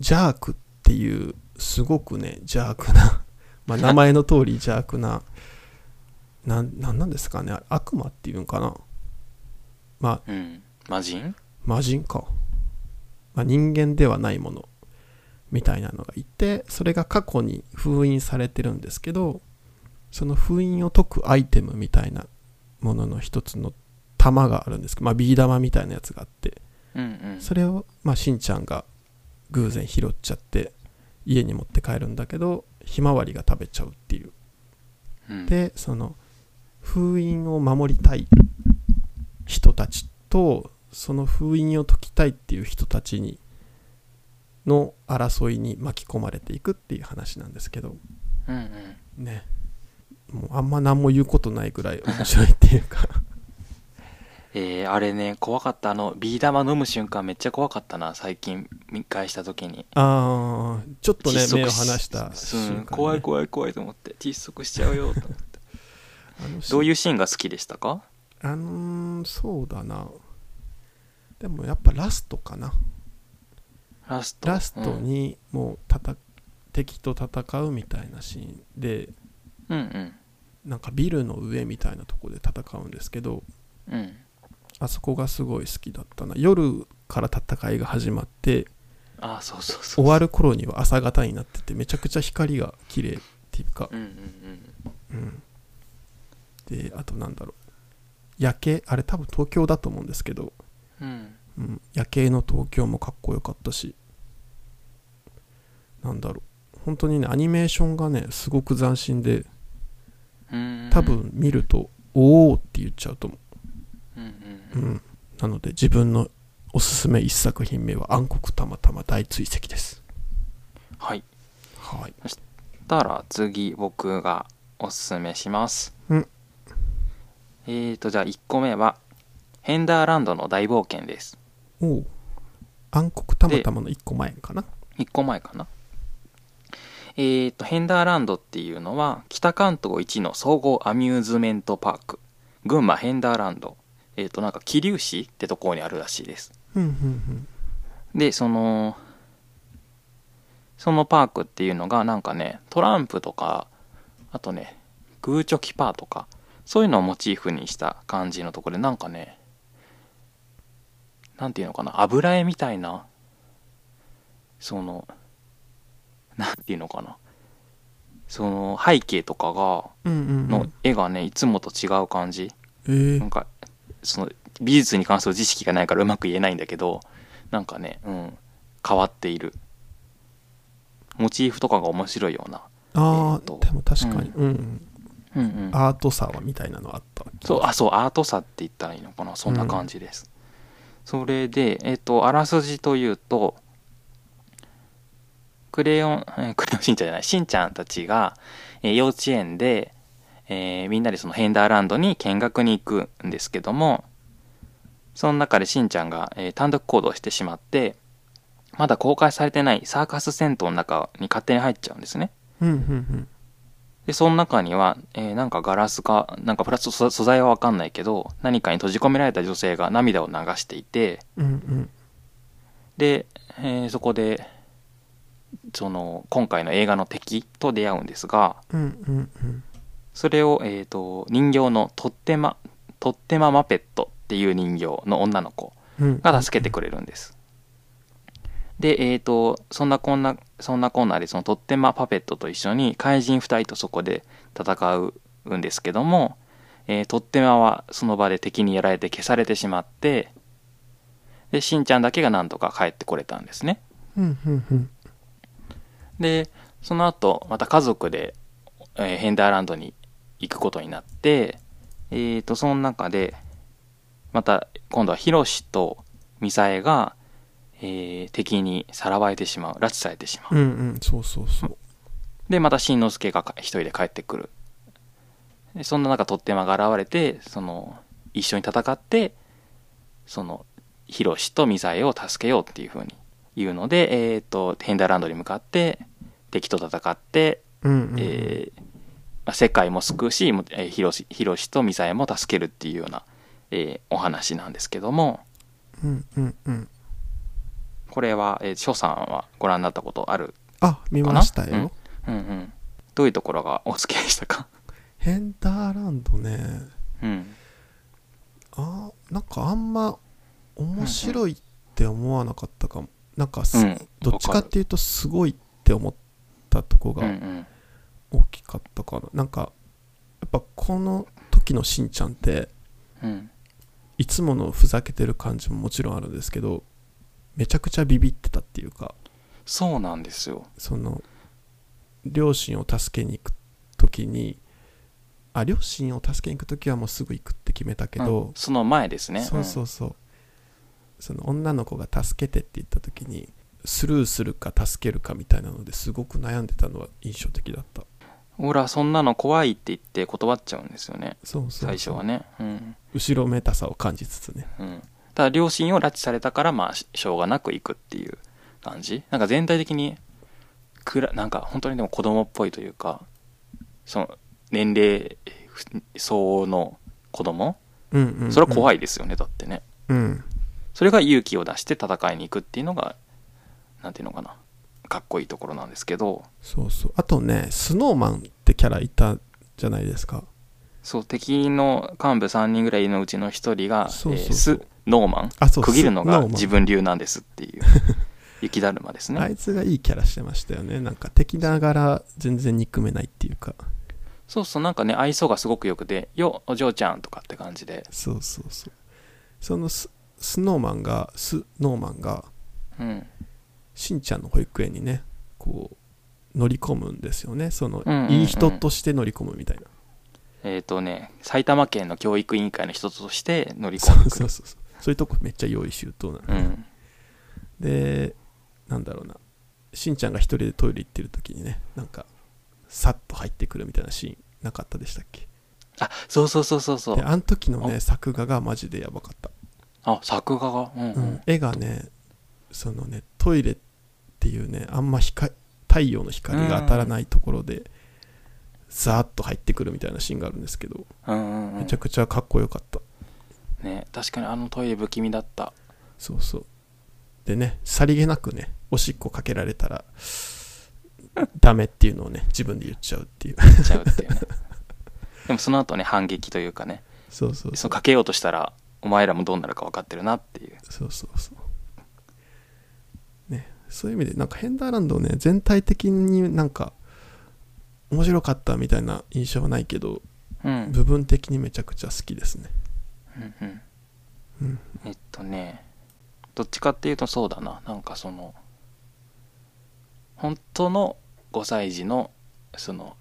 S2: うジャークっていうすごくねジャークな まあ名前の通り邪悪ななんなんなんですかねあれ悪魔っていうんかなまあ
S1: うん、魔人
S2: 魔人か、まあ、人間ではないものみたいなのがいてそれが過去に封印されてるんですけどその封印を解くアイテムみたいなものの一つの玉があるんですけど、まあ、ビー玉みたいなやつがあって
S1: うんうん
S2: それを、まあ、しんちゃんが偶然拾っちゃって家に持って帰るんだけどひまわりが食べちゃうっていう
S1: うん
S2: でその封印を守りたい人たちとその封印を解きたいっていう人たちにの争いに巻き込まれていくっていう話なんですけど
S1: うんうん
S2: ねもうあんま何も言うことないぐらい面白いっていう か
S1: えー、あれね怖かったあのビー玉飲む瞬間めっちゃ怖かったな最近見返した時に
S2: あーちょっとね
S1: 窒息
S2: 目を離した
S1: う
S2: 瞬
S1: ん
S2: 間、ね、
S1: 怖い怖い怖いと思って窒息しちゃうよと思って
S2: あの
S1: どういうシーンが好きでしたか
S2: あのーそうだなでもやっぱラストかな
S1: ラスト
S2: ラストにもうたた敵と戦うみたいなシーンで
S1: うんうん
S2: なんかビルの上みたいなとこで戦うんですけど
S1: うんうん
S2: あそこがすごい好きだったな夜から戦いが始まって
S1: あそうそうそう
S2: 終わる頃には朝方になっててめちゃくちゃ光が綺麗っていうか
S1: う、んうんうん
S2: うん、であとなんだろう夜景あれ多分東京だと思うんですけど、
S1: うん
S2: うん、夜景の東京もかっこよかったしなんだろう本当にねアニメーションがねすごく斬新で
S1: うん
S2: 多分見ると「おお」って言っちゃうと思
S1: うんう
S2: う、うんん、なので自分のおすすめ1作品目は「暗黒たまたま大追跡」です
S1: はい
S2: はい
S1: たら次僕がおすすめします
S2: うん
S1: えーとじゃあ1個目はヘンダーランドの大冒険です
S2: おお暗黒たまたまの1個前かな
S1: 1個前かなえーとヘンダーランドっていうのは北関東一の総合アミューズメントパーク群馬ヘンダーランドえーとなんか桐生市ってところにあるらしいです
S2: うんうん
S1: でそのそのパークっていうのがなんかねトランプとかあとねグーチョキパーとかそういうのをモチーフにした感じのところでなんかねなんていうのかな油絵みたいなそのなんていうのかなその背景とかが
S2: うんうんうんう
S1: の
S2: ん
S1: 絵がねいつもと違う感じ
S2: えー
S1: なんかその美術に関する知識がないからうまく言えないんだけどなんかね、うん、変わっているモチーフとかが面白いような、
S2: あ
S1: えー
S2: ー
S1: と
S2: でも確かに、うんうん
S1: うんうん
S2: アートさはみたいなのあった
S1: そうあそうアートさって言ったらいいのかなそんな感じです、それでえっ、とあらすじというとクレヨン、え ークレヨンしんちゃんじゃないしんちゃんたちが、えー幼稚園で、えーみんなでそのヘンダーランドに見学に行くんですけどもその中でしんちゃんが、えー単独行動してしまってまだ公開されてないサーカス銭湯の中に勝手に入っちゃうんですね
S2: うんうんうん
S1: で、その中には、えーなんかガラスか、なんかプラス素素材はわかんないけど、何かに閉じ込められた女性が涙を流していて、
S2: うんうん
S1: で、えーそこで、その、今回の映画の敵と出会うんですが、
S2: うんうんうん
S1: それを、えっ、と、人形のとってま、とってまマペットっていう人形の女の子
S2: うん
S1: が助けてくれるんです。で、えっ、と、そんなこんな、そんなこんなで、そのとってまパペットと一緒に怪人2人とそこで戦うんですけども、えーとってまはその場で敵にやられて消されてしまって、でしんちゃんだけがなんとか帰ってこれたんですね
S2: うんうんうん
S1: でその後また家族で、えーヘンダーランドに行くことになってえー、とその中でまた今度はヒロシとミサエが、えー敵にさらわれてしまう拉致されてしまう
S2: うんうんそうそうそう
S1: でまたしんのすけがか一人で帰ってくるでそんな中とってまが現れてその一緒に戦ってそのヒロシとミサエを助けようっていうふうに言うので、えー、とヘンダーランドに向かって敵と戦って、
S2: うんうんうん、
S1: えーまあ世界も救うしもうえーヒロシヒロシとミサエも助けるっていうような、えーお話なんですけども
S2: うんうんうん
S1: これは翔、えー翔さんはご覧になったことある
S2: あ見
S1: かな
S2: ましたよ、
S1: うんうんうんどういうところがお付き合いしたか
S2: ヘンダーランドね
S1: うん
S2: あーなんかあんま面白いって思わなかったかも、なんかす、
S1: うん
S2: どっちかっていうとすごいって思ったとこ
S1: うんう
S2: が
S1: ん
S2: 大きかったかな、なんかやっぱこの時のしんちゃんって
S1: うん
S2: いつものふざけてる感じももちろんあるんですけどめちゃくちゃビビってたっていうか
S1: そうなんですよ
S2: その両親を助けに行く時にあ両親を助けに行く時はもうすぐ行くって決めたけど、
S1: うんその前ですね
S2: そうそうそう、その女の子が助けてって言った時にスルーするか助けるかみたいなのですごく悩んでたのは印象的だった
S1: うん俺はそんなの怖いって言って断っちゃうんですよね
S2: そうそうそう
S1: 最初はねうん
S2: 後ろめたさを感じつつね
S1: うんただ両親を拉致されたからまあししょうがなく行くっていう感じなんか全体的にくらなんか本当にでも子供っぽいというかその年齢ふ相応の子供
S2: うんうんうん、
S1: それは怖
S2: い
S1: いですよね、だってね
S2: うん
S1: それが勇気を出して戦いに行くっていうのがなんていうのかなかっこいいところなんですけど
S2: そうそうあとねスノーマンってキャラいたじゃないですか
S1: そう敵の幹部3人ぐらいのうちの1人が
S2: そうそう
S1: えー
S2: そう
S1: スノーマン
S2: あそう
S1: 区切るの
S2: スノー
S1: が
S2: マン
S1: 自分流なんですって いう雪だるまです
S2: あ
S1: ね
S2: いつがいいキャラしてましたよねなんか敵ながら全然憎めないっていうか
S1: そうそうなんかね愛想がすごくよくて「よお嬢ちゃん」とかって感じで、
S2: そうそうそうそのススノーマンがスノーマンが
S1: うん、
S2: しんちゃんの保育園にねこう乗り込むんですよねその、
S1: うんうんうん
S2: いい人として乗り込むみたいな
S1: えっ、とね埼玉県の教育委員会の一つとして乗り込
S2: そ
S1: んでく
S2: うそ
S1: る
S2: うそうそうそういうとこめっちゃ用意周到なの、
S1: うん
S2: でなんだろうなしんちゃんが一人でトイレ行ってる時にねなんかさっと入ってくるみたいなシーンなかったでしたっけ
S1: あそうそうそうそうそう
S2: であの時の
S1: あ
S2: ね作画がマジでやばかった、
S1: あ作画がうんう
S2: うんん、絵がねそのねトイレっていうねあんま光太陽の光が当たらないところで、ザーッと入ってくるみたいなシーンがあるんですけど
S1: うんうんうん
S2: めちゃくちゃかっこよかった
S1: ね確かにあのトイレ不気味だった
S2: そうそうでねさりげなくねおしっこかけられたらダメっていうのをね自分で言っちゃうっていう
S1: ちゃうっていう ねでもその後ね反撃というかね
S2: そうそう
S1: そ
S2: そう
S1: のかけようとしたらお前らもどうなるか分かってるなっていう
S2: そうそうそうねそういう意味でなんかヘンダーランドね全体的になんか面白かったみたいな印象はないけど
S1: うん
S2: 部分的にめちゃくちゃ好きですね
S1: うんうん
S2: うん
S1: えっとねどっちかっていうとそうだななんかその本当の5歳児のその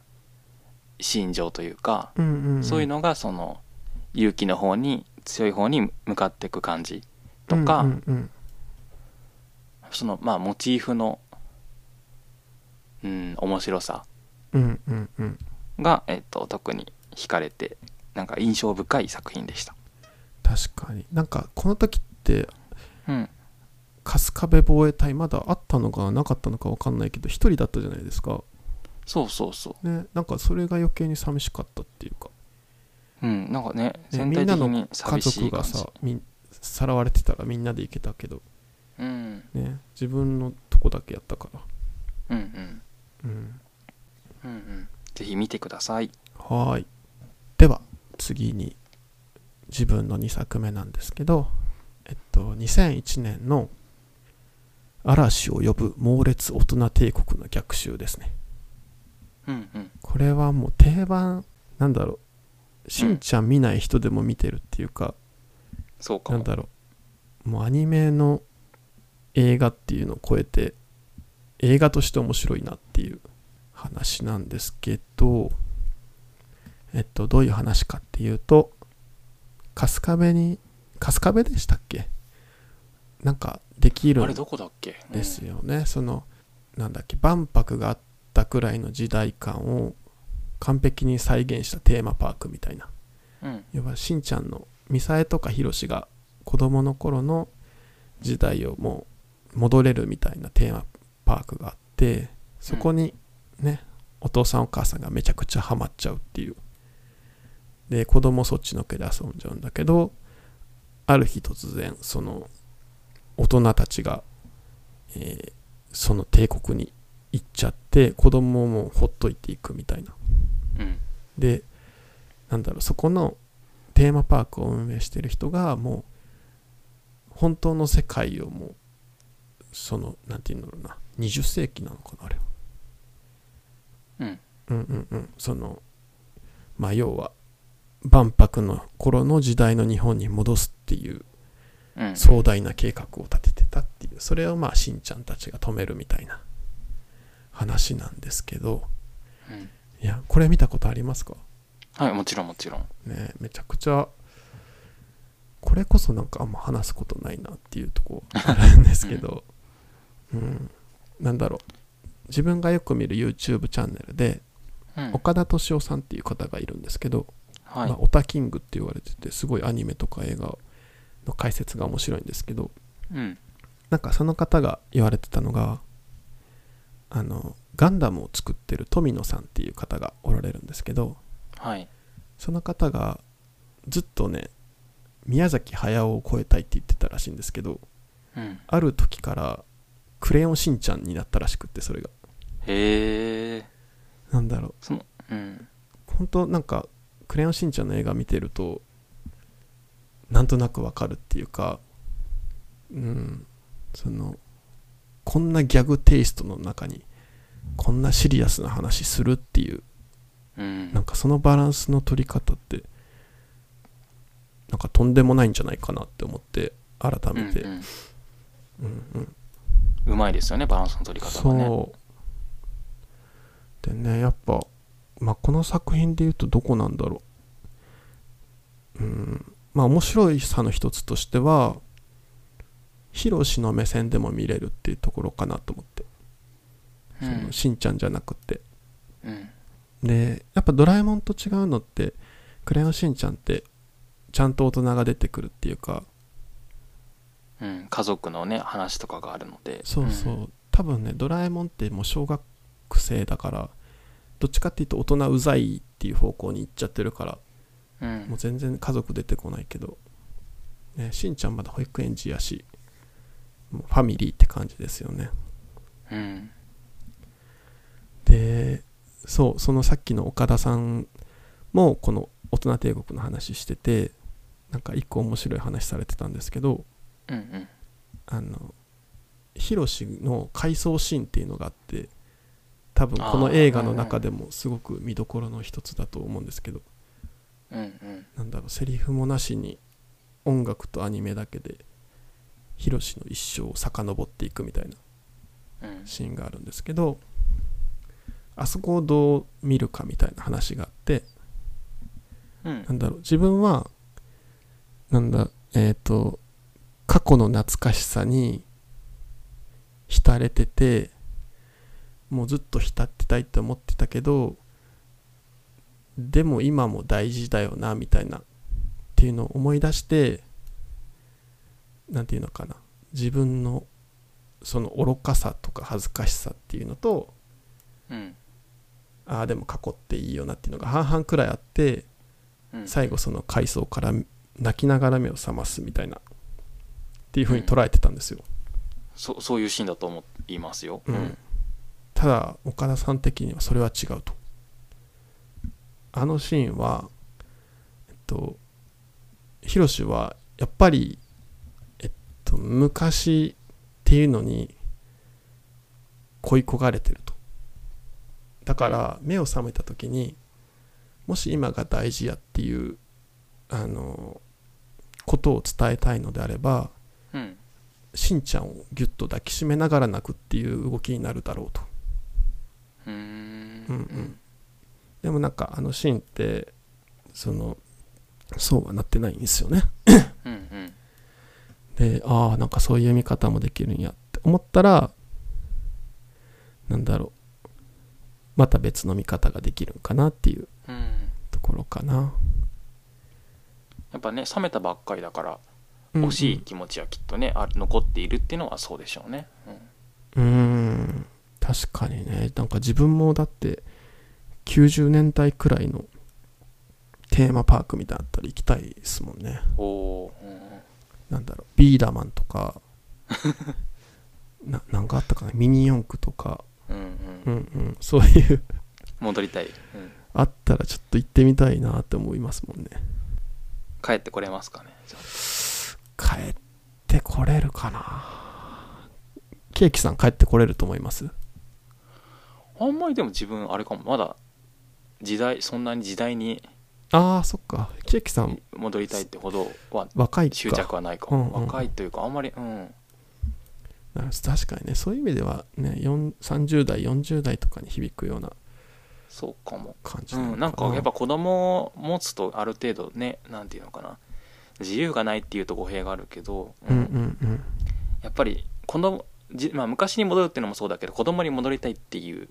S1: 心情というか、
S2: うんうんん
S1: そういうのがその勇気の方に強い方に向かっていく感じとか、
S2: うんうん
S1: そのまあモチーフのうん面白さ
S2: うんうんうんうん
S1: が、えっと、特に惹かれてなんか印象深い作品でした
S2: 確かになんかこの時って
S1: うん
S2: 春日部防衛隊まだあったのかなかったのか分かんないけど一人だったじゃないですか
S1: そうそうそ
S2: ねなんかそれが余計に寂しかったっていうか、
S1: ううんなんかね
S2: ね、
S1: 全
S2: み
S1: 体
S2: んな
S1: 的
S2: の
S1: に
S2: 家
S1: 寂し
S2: 族
S1: い感
S2: が
S1: じ
S2: さみんさらわれてたらみんなで行けたけど、
S1: うん、うん
S2: ね、自分のとこだけやったから、
S1: うん
S2: うん、
S1: うんうんぜひ見てください
S2: はーいでは次に自分の2作目なんですけどえっと2001年の「嵐を呼ぶ猛烈大人帝国の逆襲」ですね
S1: うんうん
S2: これはもう定番なんだろうしんちゃん見ない人でも見てるっていうか、
S1: そうか
S2: なん
S1: も
S2: だろもうアニメの映画っていうのを超えて映画として面白いなっていう話なんですけどえっとどういう話かっていうと春日部に春日部でしたっけなんかできる
S1: あ
S2: ん
S1: れどこだっけ
S2: ですよね、そのなんだっけ万博があったくらいの時代感を完璧に再現したテーマパークみたいな
S1: うん
S2: 要はしんちゃんのミサエとかヒロシが子供の頃の時代をもう戻れるみたいなテーマパークがあってそこにね、お父さんお母さんがめちゃくちゃハマっちゃうっていうで子供そっちのけで遊んじゃうんだけどある日突然その大人たちが、えーその帝国に行っちゃって子供もほっといていくみたいな
S1: うん
S2: でなんだろうそこのテーマパークを運営してる人がもう本当の世界をもうそのなんていうんだろうな20世紀なのかなあれは
S1: うん
S2: うんうんうんそのまあ要は万博の頃の時代の日本に戻すっていう
S1: うん
S2: 壮大な計画を立ててたっていうそれをまあしんちゃんたちが止めるみたいな話なんですけど
S1: うん
S2: いやこれ見たことありますか
S1: はいもちろんもちろん
S2: ねめちゃくちゃこれこそなんかあんま話すことないなっていうとこあるんですけど、うん、なんだろう自分がよく見る YouTube チャンネルで
S1: うん
S2: 岡田敏夫さんっていう方がいるんですけど
S1: はい
S2: まあ、オタキングって言われててすごいアニメとか映画の解説が面白いんですけど
S1: うん
S2: なんかその方が言われてたのがあのガンダムを作ってる富野さんっていう方がおられるんですけど
S1: はい
S2: その方がずっとね宮崎駿を超えたいって言ってたらしいんですけど
S1: うん
S2: ある時から「クレヨンしんちゃん」になったらしくってそれが
S1: へえ
S2: なんだろ
S1: そのうん
S2: う本当なんか「クレヨンしんちゃん」の映画見てるとなんとなくわかるっていうかうんそのこんなギャグテイストの中にこんなシリアスな話するっていう
S1: うん
S2: なんかそのバランスの取り方ってなんかとんでもないんじゃないかなって思って改めて、
S1: うんうん
S2: うんうん
S1: うまいですよねバランスの取り方がね
S2: そうでねやっぱ、まあ、この作品で言うとどこなんだろううんまあ面白いさの一つとしてはヒロシの目線でも見れるっていうところかなと思って、
S1: う
S2: そ
S1: ん
S2: のしんちゃんじゃなくて
S1: うん
S2: でやっぱドラえもんと違うのって「クレヨンしんちゃん」ってちゃんと大人が出てくるっていうか
S1: うん家族のね話とかがあるので
S2: そうそう、多分ねドラえもんってもう小学生だからどっちかっていうと大人うざいっていう方向に行っちゃってるから
S1: うんうん
S2: もう全然家族出てこないけど、ね、しんちゃんまだ保育園児やしもうファミリーって感じですよね
S1: うん
S2: でそうそのさっきの岡田さんもこの大人帝国の話しててなんか一個面白い話されてたんですけど
S1: うんうん
S2: あのヒロシの回想シーンっていうのがあって多分この映画の中でもすごく見どころの一つだと思うんですけど
S1: うんうん
S2: なんだろうセリフもなしに音楽とアニメだけでヒロシの一生を遡っていくみたいな
S1: うん
S2: シーンがあるんですけどあそこをどう見るかみたいな話があって
S1: うん
S2: なんだろう自分はなんだえっ、と過去の懐かしさに浸れててもうずっと浸ってたいって思ってたけどでも今も大事だよなみたいなっていうのを思い出してなんていうのかな自分のその愚かさとか恥ずかしさっていうのと
S1: うん
S2: ああでも過去っていいよなっていうのが半々くらいあって
S1: うん
S2: 最後その階層から泣きながら目を覚ますみたいなっていう風に捉えてたんですよ、
S1: そそういうシーンだと思いますよ
S2: うんただ岡田さん的にはそれは違うとあのシーンはえっとヒロシはやっぱりえっと昔っていうのに恋焦がれてるとだから目を覚めた時にもし今が大事やっていうあのことを伝えたいのであれば
S1: うん
S2: しんちゃんをギュッと抱きしめながら泣くっていう動きになるだろうと
S1: うーん
S2: うんうんでもなんかあのシーンってそのそうはなってないんですよね
S1: うんうん
S2: でああなんかそういう見方もできるんやって思ったらなんだろうまた別の見方ができるんかなっていう
S1: うん
S2: ところかな、
S1: やっぱね冷めたばっかりだから
S2: うん
S1: 惜しい気持ちはきっとね、あ残っているっていうのはそうでしょうね、
S2: うーん確かにねなんか自分もだって90年代くらいのテーマパークみたいなのあったら行きたいですもんね
S1: うん、おおー、うんうん、
S2: なんだろうビーダーマンとか ななんかあったかなミニ四駆とか
S1: うんう
S2: うんんうんそういう
S1: 戻りたい、うん、
S2: あったらちょっと行ってみたいなって思いますもんね
S1: 帰ってこれますかねじゃ
S2: 帰ってこれるかなケーキさん帰ってこれると思います
S1: ああんまりでも自分あれかもまだ時代そんなに時代に
S2: あーそっかケーキさん
S1: 戻りたいってほどは
S2: 若いか
S1: 執着はないか
S2: うん
S1: も、
S2: うん
S1: 若いというかあんまりうん
S2: なるほど確かにねそういう意味ではね4 30代40代とかに響くような
S1: そうかも
S2: 感じ
S1: う
S2: なの
S1: ん、なんかやっぱ子供を持つとある程度ねなんていうのかな自由がないっていうと語弊があるけど、
S2: うんうんうん
S1: やっぱりこのじ、まあ、昔に戻るっていうのもそうだけど子供に戻りたいっていう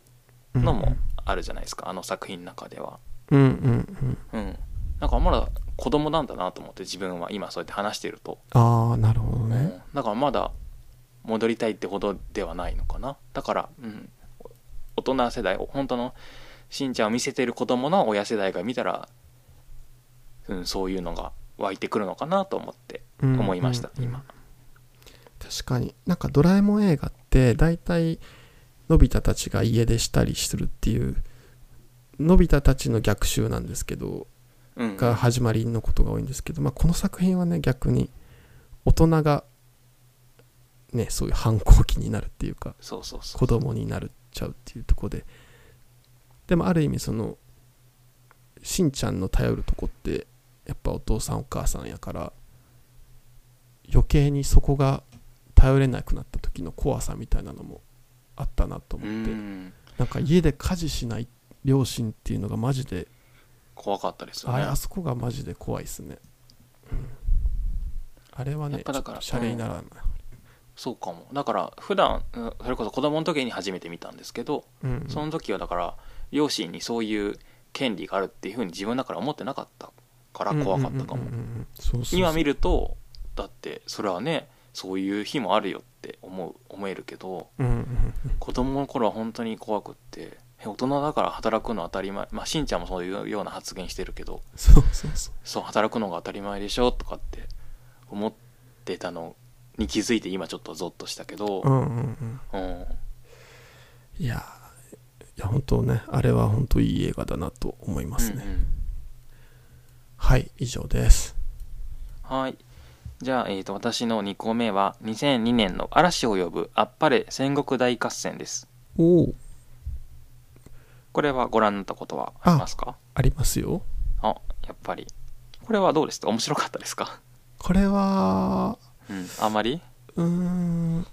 S2: うん
S1: のもあるじゃないですか、あの作品の中では
S2: うんうんうん
S1: うんなんかまだ子供なんだなと思って自分は今そうやって話してると、
S2: ああなるほど
S1: う
S2: ね
S1: ん、だからまだ戻りたいってほどではないのかなだから、うん、大人世代本当のしんちゃんを見せてる子供の親世代が見たら、うん、そういうのが湧いてくるのかなと思って
S2: うん
S1: 思いました、
S2: うんうん
S1: 今
S2: 確かになんかドラえもん映画って大体のび太たちが家出したりするっていうのび太たちの逆襲なんですけど
S1: うん
S2: が始まりのことが多いんですけど、まあ、この作品はね逆に大人がねそういう反抗期になるっていうか
S1: そうそうそう
S2: 子供になるっちゃうっていうとこででもある意味そのしんちゃんの頼るとこってやっぱお父さんお母さんやから余計にそこが頼れなくなった時の怖さみたいなのもあったなと
S1: う
S2: 思って
S1: ん
S2: なんか家で家事しない両親っていうのがマジで
S1: 怖かったですよ
S2: あ
S1: ね
S2: れあそこがマジで怖いっすね、うんあれは
S1: や
S2: ね
S1: っ
S2: ちょ
S1: ぱ
S2: っ
S1: だから
S2: とシャレにならない、
S1: そうかもだから普段うんそれこそ子供の時に初めて見たんですけど、
S2: うんうん
S1: その時はだから両親にそういう権利があるっていうふうに自分だから思ってなかったから怖かったかも
S2: うんうんうんうんそうそうそう
S1: 今見るとだってそれはねそういう日もあるよって思う思えるけど
S2: うんうんうん
S1: 子供の頃は本当に怖くってえ大人だから働くの当たり前まあしんちゃんもそういうような発言してるけど
S2: そうそうそう
S1: そう働くのが当たり前でしょとかって思ってたのに気づいて今ちょっとゾッとしたけど、
S2: うんうんうん
S1: うん、
S2: いやいや本当ねあれは本当いい映画だなと思いますね、
S1: うんうん
S2: はい以上です
S1: はい。じゃあ、えー、と私の2個目は2002年の「嵐を呼ぶあっぱれ戦国大合戦」です。
S2: おお
S1: これはご覧になったことはありますか
S2: ありますよ
S1: あやっぱり。これはどうですか面白かったですか
S2: これは
S1: うん、あんまり
S2: うーん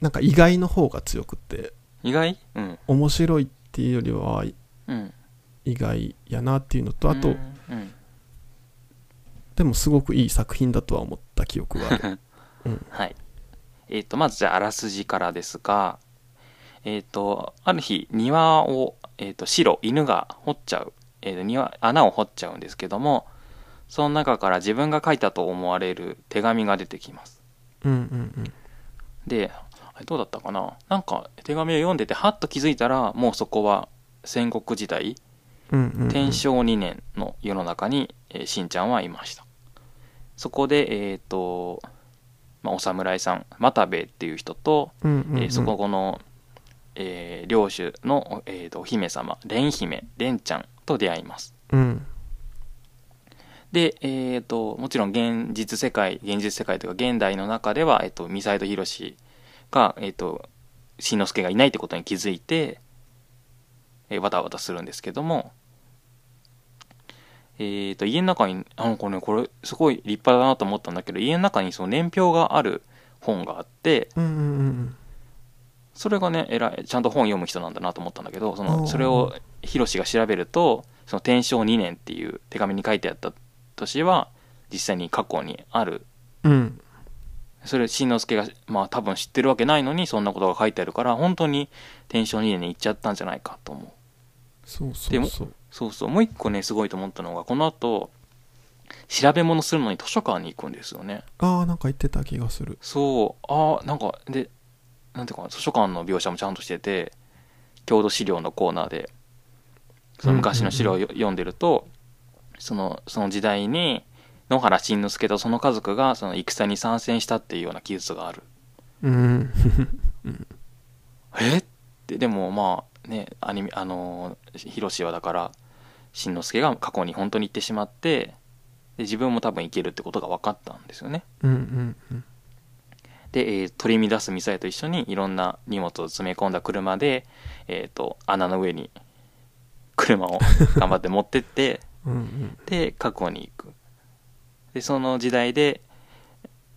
S2: なんか意外の方が強くって
S1: 意外うん。
S2: 面白いっていうよりは
S1: うん。
S2: 意外やなっていうのとあと、
S1: うんうん。
S2: でもすごくいい作品だとは思った記 憶があるうん
S1: はい。えっ、と、まずじゃあ、あらすじからですが、えっ、と、ある日、庭を、えっ、と、白、犬が掘っちゃう、えーと庭、穴を掘っちゃうんですけども、その中から自分が書いたと思われる手紙が出てきます。
S2: うんうん
S1: で、あれどうだったかななんか、手紙を読んでて、はっと気づいたら、もうそこは戦国時代、
S2: うんうんうんうん
S1: 天正2年の世の中に、えーしんちゃんはいましたそこでえっ、と、まあ、お侍さん又兵衛っていう人と、
S2: うん
S1: え
S2: うん
S1: ー
S2: うん
S1: そこの、えー領主の、えーとお姫様蓮姫蓮ちゃんと出会います
S2: うん
S1: で、えー、ともちろん現実世界現実世界というか現代の中では、えー、とミサイドヒロシが、えー、としんのすけがいないってことに気づいて、えーわたわたするんですけども、えっ、と、家の中に、あの、これね、これ、すごい立派だなと思ったんだけど、家の中にその年表がある本があって、
S2: うんうんうん
S1: それがね、えらい、ちゃんと本読む人なんだなと思ったんだけど、そ
S2: おう
S1: の、それを、ヒロシが調べると、その、天正2年っていう手紙に書いてあった年は、実際に過去にある。
S2: うんうん
S1: それ、新之助が、まあ、多分知ってるわけないのに、そんなことが書いてあるから、本当に、天正2年に行っちゃったんじゃないかと思う。
S2: そうそ
S1: で
S2: う
S1: も
S2: そう
S1: そうそう、もう一個ね、すごいと思ったのが、この後、調べ物するのに図書館に行くんですよね。
S2: ああなんか言ってた気がする
S1: そう、ああ、なんか、で、なんていうかな、図書館の描写もちゃんとしてて、郷土資料のコーナーで、その昔の資料をよ読んでると、その、その時代に、野原慎之介とその家族が、その戦に参戦したっていうような記述がある。
S2: うん
S1: えって、でもまあ、ね、アニメ、あのー、ヒロシはだから、しんのすけが過去に本当に行ってしまって、で自分も多分行けるってことが分かったんですよね。
S2: うんうんうん
S1: で、えー取り乱すミサイルと一緒にいろんな荷物を詰め込んだ車で、えっ、と、穴の上に車を頑張って持ってって、
S2: うんうん
S1: で、過去に行く。で、その時代で、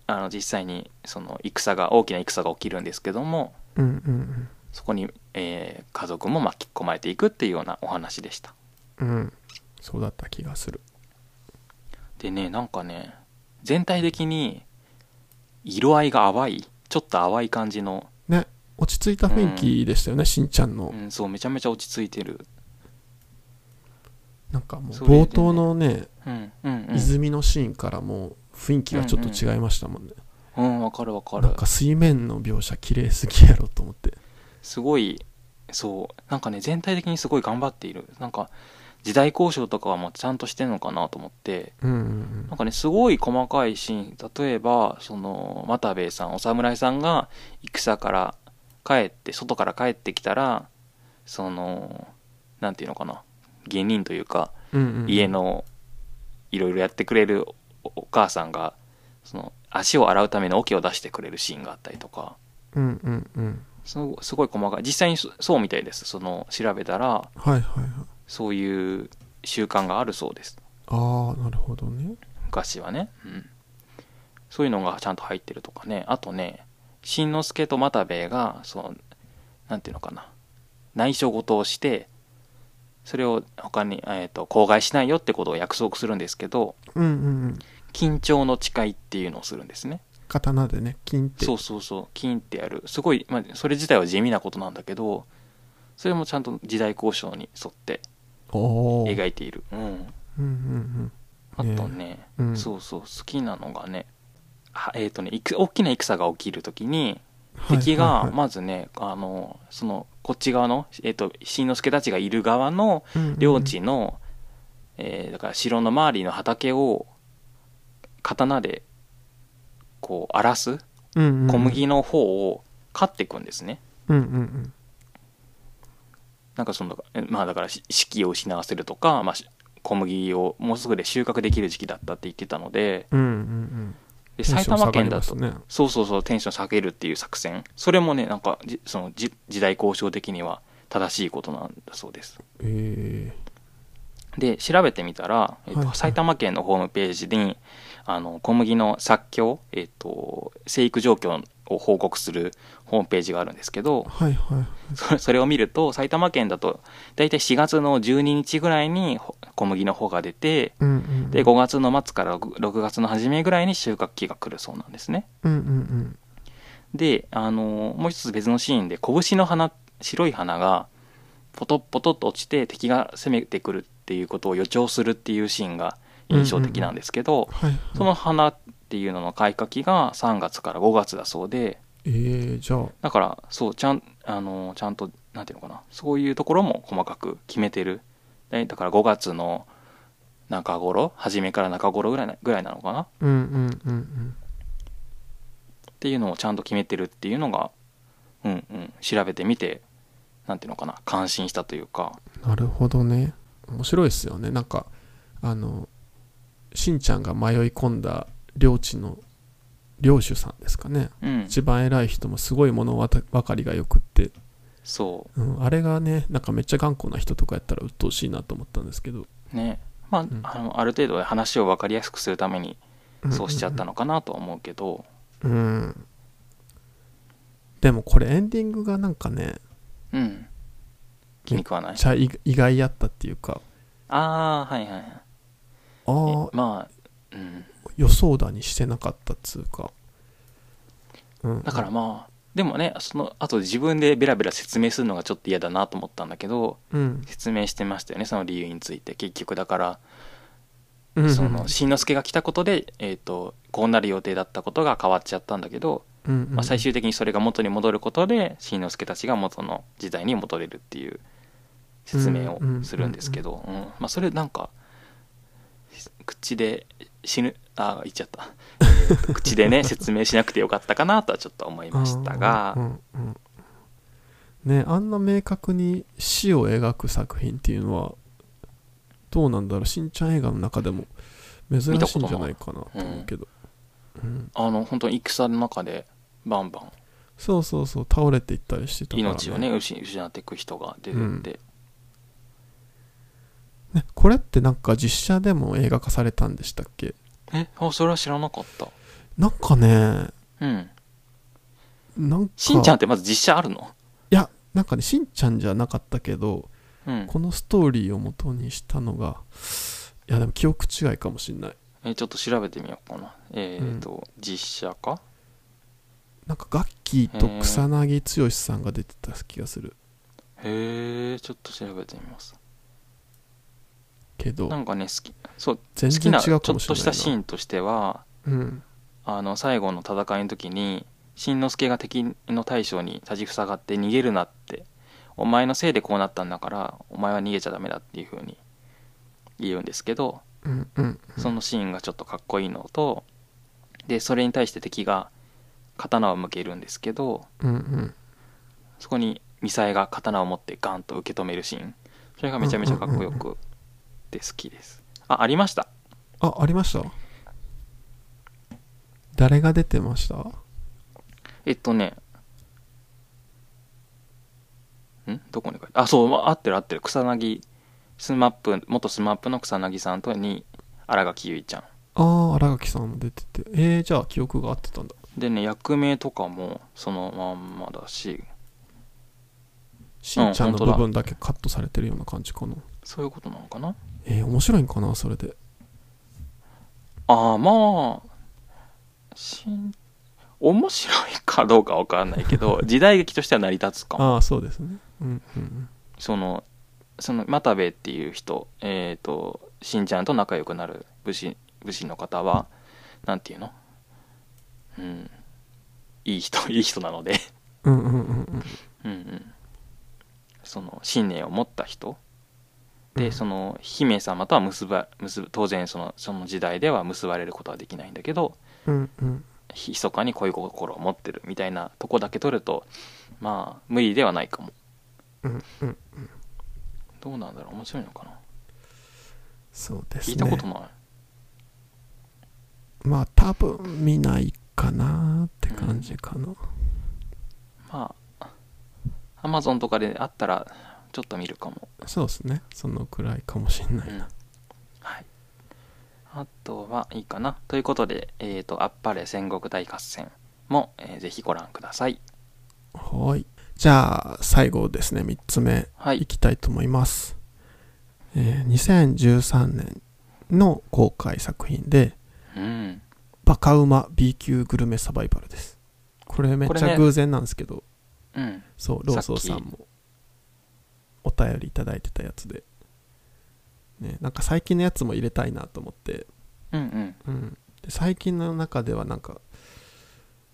S1: あの、実際に、その、戦が、大きな戦が起きるんですけども、
S2: うんうん
S1: そこに、えー家族も巻き込まれていくっていうようなお話でした
S2: うんうんそうだった気がする
S1: でねなんかね全体的に色合いが淡いちょっと淡い感じの、
S2: ね落ち着いた雰囲気でしたよね、しんちゃんの、
S1: うん、そうめちゃめちゃ落ち着いてる、
S2: なんかもう
S1: それでね
S2: 冒頭のね
S1: うん、うんうん
S2: 泉のシーンからもう雰囲気がちょっと違いましたもんね、
S1: うんわかるわか
S2: な
S1: る
S2: んか水面の描写綺麗すぎやろと思って
S1: すごいそうなんかね全体的にすごい頑張っているなんか時代交渉とかはもうちゃんとしてるのかなと思って
S2: うんうん
S1: なんかねすごい細かいシーン例えばその又兵衛さんお侍さんが戦から帰って外から帰ってきたらそのなんていうのかな芸人というか
S2: うんうんうん
S1: 家のいろいろやってくれるおお母さんがその足を洗うための桶を出してくれるシーンがあったりとか
S2: うんうんうん
S1: すごすごい細かい実際にそそうみたいですその調べたら
S2: はいはいはい
S1: そういう習慣があるそうです
S2: ああなるほどね
S1: 昔はね、うん、そういうのがちゃんと入ってるとかねあとねしんのすけと又兵衛がそのなんていうのかな内緒事をしてそれを他に、えー、と口外しないよってことを約束するんですけど
S2: うんうんうん
S1: 緊張の誓いっていうのをするんですね
S2: 刀でね金って
S1: そうそうそう金ってやるすごい、まあ、それ自体は地味なことなんだけどそれもちゃんと時代交渉に沿って
S2: おお
S1: 描いている、うん、
S2: うんうん
S1: あと
S2: ねえ
S1: ね
S2: うん
S1: そうそう好きなのがねはえっ、とねいく大きな戦が起きる時に
S2: うん
S1: 敵
S2: はいは
S1: が
S2: いはい
S1: まずね、あのそのこっち側のえっ、としんのすけたちがいる側の
S2: うんうんうん
S1: 領地の、えーだから城の周りの畑を刀でこう荒らす
S2: うんうんうん
S1: 小麦の方を刈っていくんですね、
S2: うんうんうん
S1: なんかそのえまあだからし四季を失わせるとか、まあ、し小麦をもうすぐで収穫できる時期だったって言ってたので
S2: うんうん
S1: で
S2: うん
S1: 埼玉県だと
S2: テンション下がりますね
S1: そうそうそう、テンション下げるっていう作戦。それもね、なんか、じそのじ時代交渉的には正しいことなんだそうです。
S2: え
S1: で、調べてみたら、えっと
S2: はいはい
S1: 埼玉県のホームページに、あの、小麦の作況、えっと、生育状況を報告するホームページがあるんですけ
S2: ー
S1: ど、
S2: はいはい
S1: それそれを見ると、埼玉県だと、だいたい4月の12日ぐらいにほ小麦の方が出て、
S2: うんうんうん
S1: で、5月の末から6月の初めぐらいに収穫期が来るそうなんですね。
S2: うんうんうん
S1: で、あのもう一つ別のシーンで拳の花白い花がポトッポトッと落ちて敵が攻めてくるっていうことを予兆するっていうシーンが印象的なんですけど、
S2: はいはい
S1: その花っていうのの開花期が3月から5月だそうで
S2: えー、じゃあ
S1: だからそうちゃん、あのちゃんとなんていうのかなそういうところも細かく決めてるでだから5月の中頃初めから中頃ぐらいなぐらいなのかな
S2: うんうんうんうん
S1: っていうのをちゃんと決めてるっていうのが、うんうん、調べてみて、なんていうのかな、感心したというか、
S2: なるほどね面白いですよねなんかあのしんちゃんが迷い込んだ領地の領主さんですかね
S1: うん、
S2: 一番偉い人もすごい物分かりがよくって、
S1: そ
S2: うん、あれがねなんかめっちゃ頑固な人とかやったら鬱陶しいなと思ったんですけど
S1: う、ね、まあ、
S2: ん
S1: あのある程度話を分かりやすくするために
S2: ん
S1: そうしちゃったのかなとは思うけど、
S2: うんでもこれエンディングがなんかね
S1: うん。気に食わない。
S2: ちゃ意意外やったっていうか
S1: ああ、はいはいはい。
S2: あ
S1: えまあ、うん。
S2: あ予想だにしてなかったっつうか、うん、
S1: だからまあ、でもね、その後自分でベラベラ説明するのがちょっと嫌だなと思ったんだけど、
S2: うん、
S1: 説明してましたよね、その理由について。結局だから、
S2: うん
S1: その、しんのすけが来たことで、えっ、と、こうなる予定だったことが変わっちゃったんだけど、
S2: うんうん
S1: まあ、最終的にそれが元に戻ることで、しんのすけたちが元の時代に戻れるっていう説明をするんですけど、うんまあ、それなんか、口で死ぬ、あ、言っちゃった。えーと口でね、説明しなくてよかったかなとはちょっと思いましたが、
S2: うんうんうんねあんな明確に死を描く作品っていうのはどうなんだろうしんちゃん映画の中でも珍しいんじゃないかなと思うけど、うん
S1: あの本当に戦の中でバンバン
S2: そうそうそう倒れていったりしてたから、
S1: 命をね失失っていく人が出てって、
S2: ねこれってなんか実写でも映画化されたんでしたっけ
S1: えあそれは知らなかった
S2: なんかね
S1: うん
S2: なんか
S1: しんちゃんっ
S2: い
S1: てまず実写あるの
S2: やなんかねしんちゃんじゃなかったけど
S1: うん
S2: このストーリーを元にしたのがいやでも記憶違いかもしんない
S1: えちょっと調べてみようかなえっ、ー、と、実写か
S2: なんかガッキーと草薙剛さんが出てた気がする
S1: へえちょっと調べてみます
S2: けど
S1: なんかね好きそう
S2: 全
S1: 好き
S2: 然
S1: な
S2: 違
S1: ちょ
S2: う
S1: っ
S2: かもしれ
S1: と
S2: ない
S1: したシー
S2: ン、
S1: ンとしては
S2: うん、
S1: あの最後の戦いの時にしんのすけが敵の大将に立ちふさがって逃げるなってお前のせいでこうなったんだからお前は逃げちゃダメだっていうふうに言うんですけど
S2: うんうん
S1: そのシーンがちょっとかっこいいのとでそれに対して敵が刀を向けるんですけど
S2: うんうん
S1: そこにミサイが刀を持ってガンと受け止めるシーンそれがめちゃめちゃかっこよくて好きですあありました
S2: あありました誰が出てました
S1: えっとねんどこに書いてあそうま合ってる合ってる草薙スマップ元スマップの草薙さんとに新垣結衣ちゃん
S2: ああ荒垣さんも出ててえー、じゃあ記憶が合ってたんだ
S1: でね役名とかもそのまんまだし
S2: しんちゃんの
S1: 本当だ
S2: 部分だけカットされてるような感じかな
S1: そういうことなのかな
S2: えー、面白いんかなそれで
S1: ああまあしん面白いかどうかわかんないけど時代劇としては成り立つかも
S2: ああそうですねうんうん
S1: そのその又兵衛っていう人えっ、としんちゃんと仲良くなる武士武士の方はなんていうのうんいい人 いい人なので
S2: うんうんうんうんうん
S1: うんうんその信念を持った人
S2: う
S1: で
S2: ん
S1: その姫様とは結ば結ぶ当然そのその時代では結ばれることはできないんだけど、
S2: うんうん
S1: 密かに恋心を持ってるみたいなとこだけ取るとまあ無理ではないかも
S2: うんうん
S1: どうなんだろう面白いのかな
S2: そうです
S1: 聞
S2: ね
S1: いたことない、
S2: まあ多分見ないかなって感じかな、
S1: まあ Amazon とかであったらちょっと見るかも、
S2: そうですねそのくらいかもしんな
S1: う
S2: い
S1: ん
S2: な、
S1: はいあとはいいかなということでえっ、と「あっぱれ戦国大合戦も」えーぜひご覧ください
S2: はいじゃあ最後ですね3つ目
S1: はいい
S2: きたいと思います、えー2013年の公開作品で
S1: うん
S2: 「バカウマ B 級グルメサバイバル」ですこれめっ
S1: こ
S2: ち
S1: れ
S2: ゃ
S1: ね
S2: 偶然なんですけど、
S1: うん
S2: そうローソーさんもお便りいただいてたやつで、ね、なんか最近のやつも入れたいなと思って、
S1: うんうん
S2: うん、で最近の中ではなんか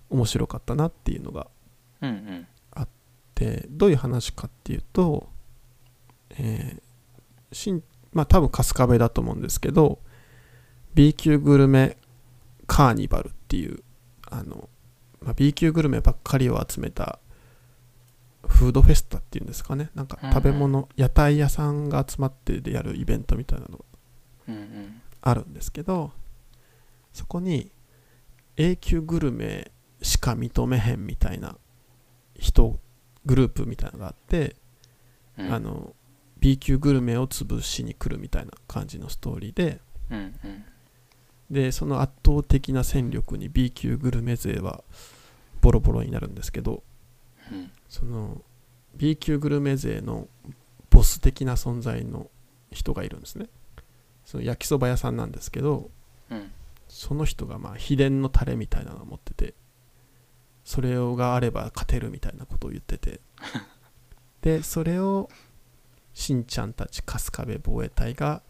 S2: 面白かったなっていうのが
S1: うんうん
S2: でどういう話かっていうと、えーしんまあ多分春日部だと思うんですけど B 級グルメカーニバルっていうあの、まあ、B 級グルメばっかりを集めたフードフェスタっていうんですかねなんか食べ物、屋台屋さんが集まってでやるイベントみたいなの
S1: うんうん
S2: あるんですけどそこに A 級グルメしか認めへんみたいな人グループみたいなのがあって、
S1: うん
S2: あの B 級グルメを潰しに来るみたいな感じのストーリーで
S1: うんうん
S2: でその圧倒的な戦力に B 級グルメ勢はボロボロになるんですけど
S1: うん
S2: その B 級グルメ勢のボス的な存在の人がいるんですねその焼きそば屋さんなんですけど
S1: うん
S2: その人がまあ秘伝のタレみたいなのを持っててそれをがあれば勝てるみたいなことを言っててでそれをしんちゃんたち春日部防衛隊が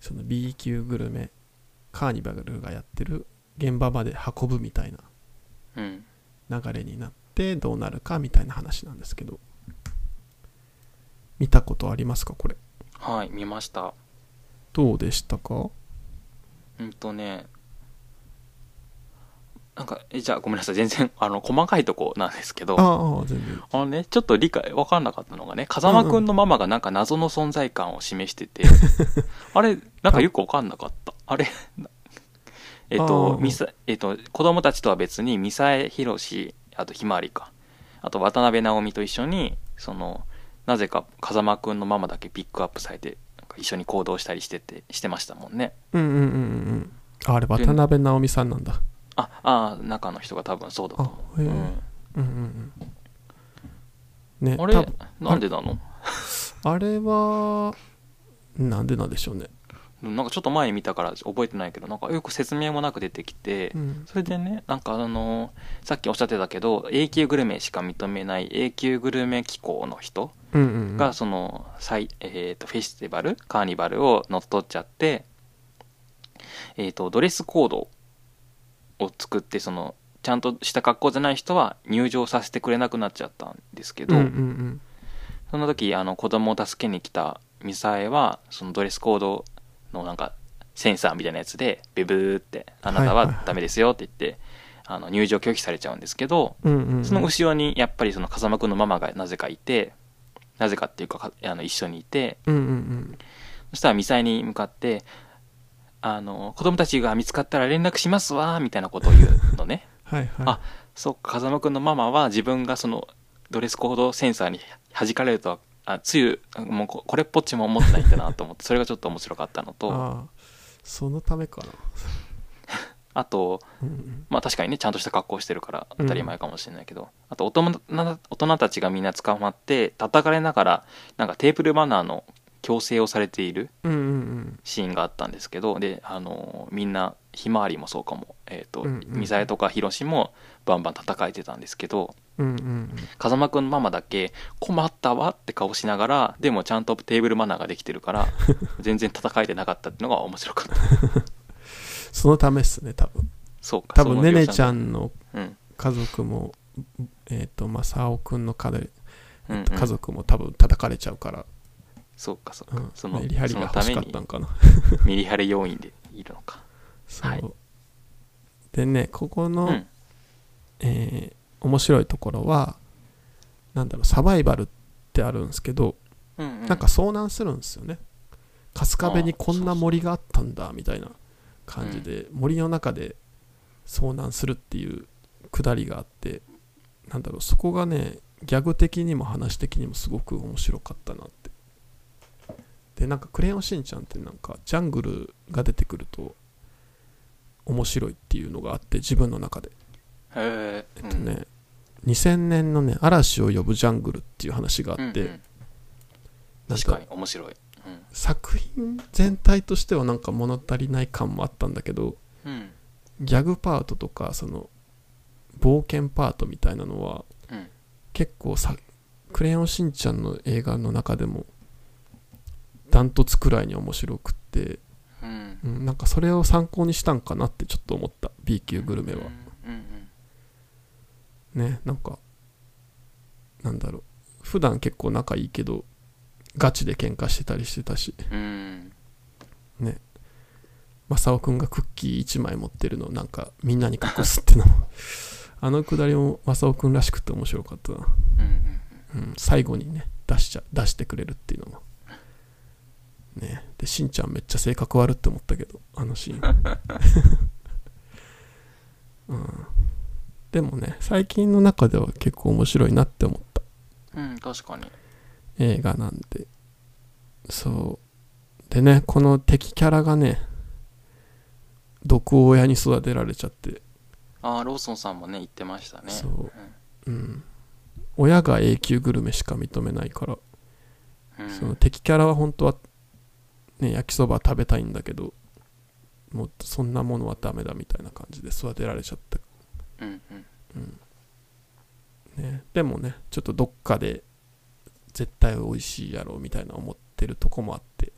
S2: その B 級グルメカーニバルがやってる現場まで運ぶみたいな
S1: うん
S2: 流れになってどうなるかみたいな話なんですけど見たことありますかこれ
S1: はい見ました
S2: どうでしたか
S1: うんとねなんかえじゃあごめんなさい全然あの細かいとこなんですけどあ
S2: ああ全然
S1: のねちょっと理解分かんなかったのがね風間くんのママがなんか謎の存在感を示しててあれなんかよく分かんなかったあれ なえっ
S2: あ
S1: と
S2: ー
S1: ミサえっと子供たちとは別にミサエヒロシあとひまわりかあと渡辺直美と一緒にそのなぜか風間くんのママだけピックアップされてなんか一緒に行動したりしててしてましたもんね
S2: うんうんうんうんうんああれ渡辺直美さんなんだ
S1: ああー中の人が多分そうだと思う
S2: あへえ
S1: うん
S2: うんうんうんね
S1: あ
S2: 多
S1: れ
S2: 分
S1: なんでなの
S2: あれはなんでなんでしょうね、
S1: なんかちょっと前に見たから覚えてないけどなんかよく説明もなく出てきて
S2: うん、
S1: それでねなんかあのーさっきおっしゃってたけど A 級グルメしか認めない A 級グルメ機構の人
S2: うんうんうん
S1: がその、最えー、とフェスティバルカーニバルを乗っ取っちゃって、えー、とドレスコードを作ってそのちゃんとした格好じゃない人は入場させてくれなくなっちゃったんですけど、
S2: うんうん
S1: その時あの子供を助けに来たミサエはそのドレスコードのなんかセンサーみたいなやつでビブーって「あなた
S2: はいはい
S1: は
S2: はい
S1: ダメですよ」って言って、あの入場拒否されちゃうんですけど
S2: うんうんうん
S1: その後ろにやっぱりその風間くんのママがなぜかいてなぜかっていうかかあの一緒にいて
S2: うんうんうん
S1: そしたらミサエに向かって「あの子供たちが見つかったら連絡しますわ」みたいなことを言うのね。
S2: はいはい
S1: あそうか風間くんのママは自分がそのドレスコードセンサーに弾かれるとはあつゆもうここれっぽっちも思ってないんだなと思ってそれがちょっと面白かったのとあ
S2: ああそのためかな、
S1: と
S2: うんうん、
S1: まあ確かにねちゃんとした格好してるから
S2: うん
S1: 当たり前かもしれないけど、あと大人な大人たちがみんな捕まって叩かれながらなんかテーブルマナーの強制をされている
S2: うんうん
S1: シーンがあったんですけどであのみんなひまわりもそうかも、えーと
S2: うんうんうん
S1: ミサエとかヒロシもバンバン叩いてたんですけど、
S2: うんうんうん
S1: 風間くんのママだけ困ったわって顔しながらでもちゃんとテーブルマナーができてるから全然戦えてなかったっていうのが面白かった
S2: そのためっすね多分
S1: そうか
S2: 多分ねねちゃ
S1: ん、
S2: んの
S1: うん
S2: 家族もえっ、とまさおくんの家,、
S1: うんうん
S2: 家族も多分叩かれちゃうから、
S1: そうかそう
S2: う
S1: か、
S2: ん
S1: その
S2: メリハリ
S1: その
S2: が
S1: た
S2: 欲し
S1: め
S2: かっ
S1: に
S2: たんかな
S1: ミリハリ要員でいるのか
S2: そう、
S1: はい
S2: でねここ
S1: う
S2: の、
S1: ん
S2: えー面白いところはなんだろうサバイバルってあるんですけど、
S1: うんうん
S2: なんか遭難するんですよね春日部にこんな森があったんだみたいな感じで、森の中で遭難するっていうくだりがあってなんだろうそこがねギャグ的にも話的にもすごく面白かったなってでなんか「クレヨンしんちゃん」ってなんかジャングルが出てくると面白いっていうのがあって自分の中で
S1: へえ
S2: えっとね、2000年のね「嵐を呼ぶジャングル」っていう話があって、なん
S1: 確かに面白い、
S2: 作品全体としてはなんか物足りない感もあったんだけど
S1: うんうん
S2: ギャグパートとかその冒険パートみたいなのは
S1: うん
S2: 結構さ「クレヨンしんちゃん」の映画の中でもダントツくらいに面白くって、
S1: うん
S2: うん、なんかそれを参考にしたんかなってちょっと思った B 級グルメは
S1: うん。うん
S2: ねなんかなんだろう普段結構仲いいけどガチで喧嘩してたりしてたし
S1: うんうん
S2: 正雄くんがクッキー1枚持ってるのをなんかみんなに隠すってのも あのくだりも正雄くんらしくて面白かったな、
S1: うんうん
S2: うん、最後にね出しちゃ出してくれるっていうのもねでしんちゃんめっちゃ性格悪って思ったけどあのシーン、 うん、でもね最近の中では結構面白いなって思った
S1: うんうん確かに
S2: 映画なんでそう。でね、この敵キャラがね、毒親に育てられちゃって、
S1: ああローソンさんもね言ってましたね
S2: そううん。親が永久グルメしか認めないから、
S1: うん、うん
S2: その敵キャラは本当は、ね、焼きそば食べたいんだけど、もうそんなものはダメだみたいな感じで育てられちゃっ
S1: う
S2: た
S1: んうん
S2: ね、でもねちょっとどっかで絶対美味しいやろみたいな思ってるとこもあって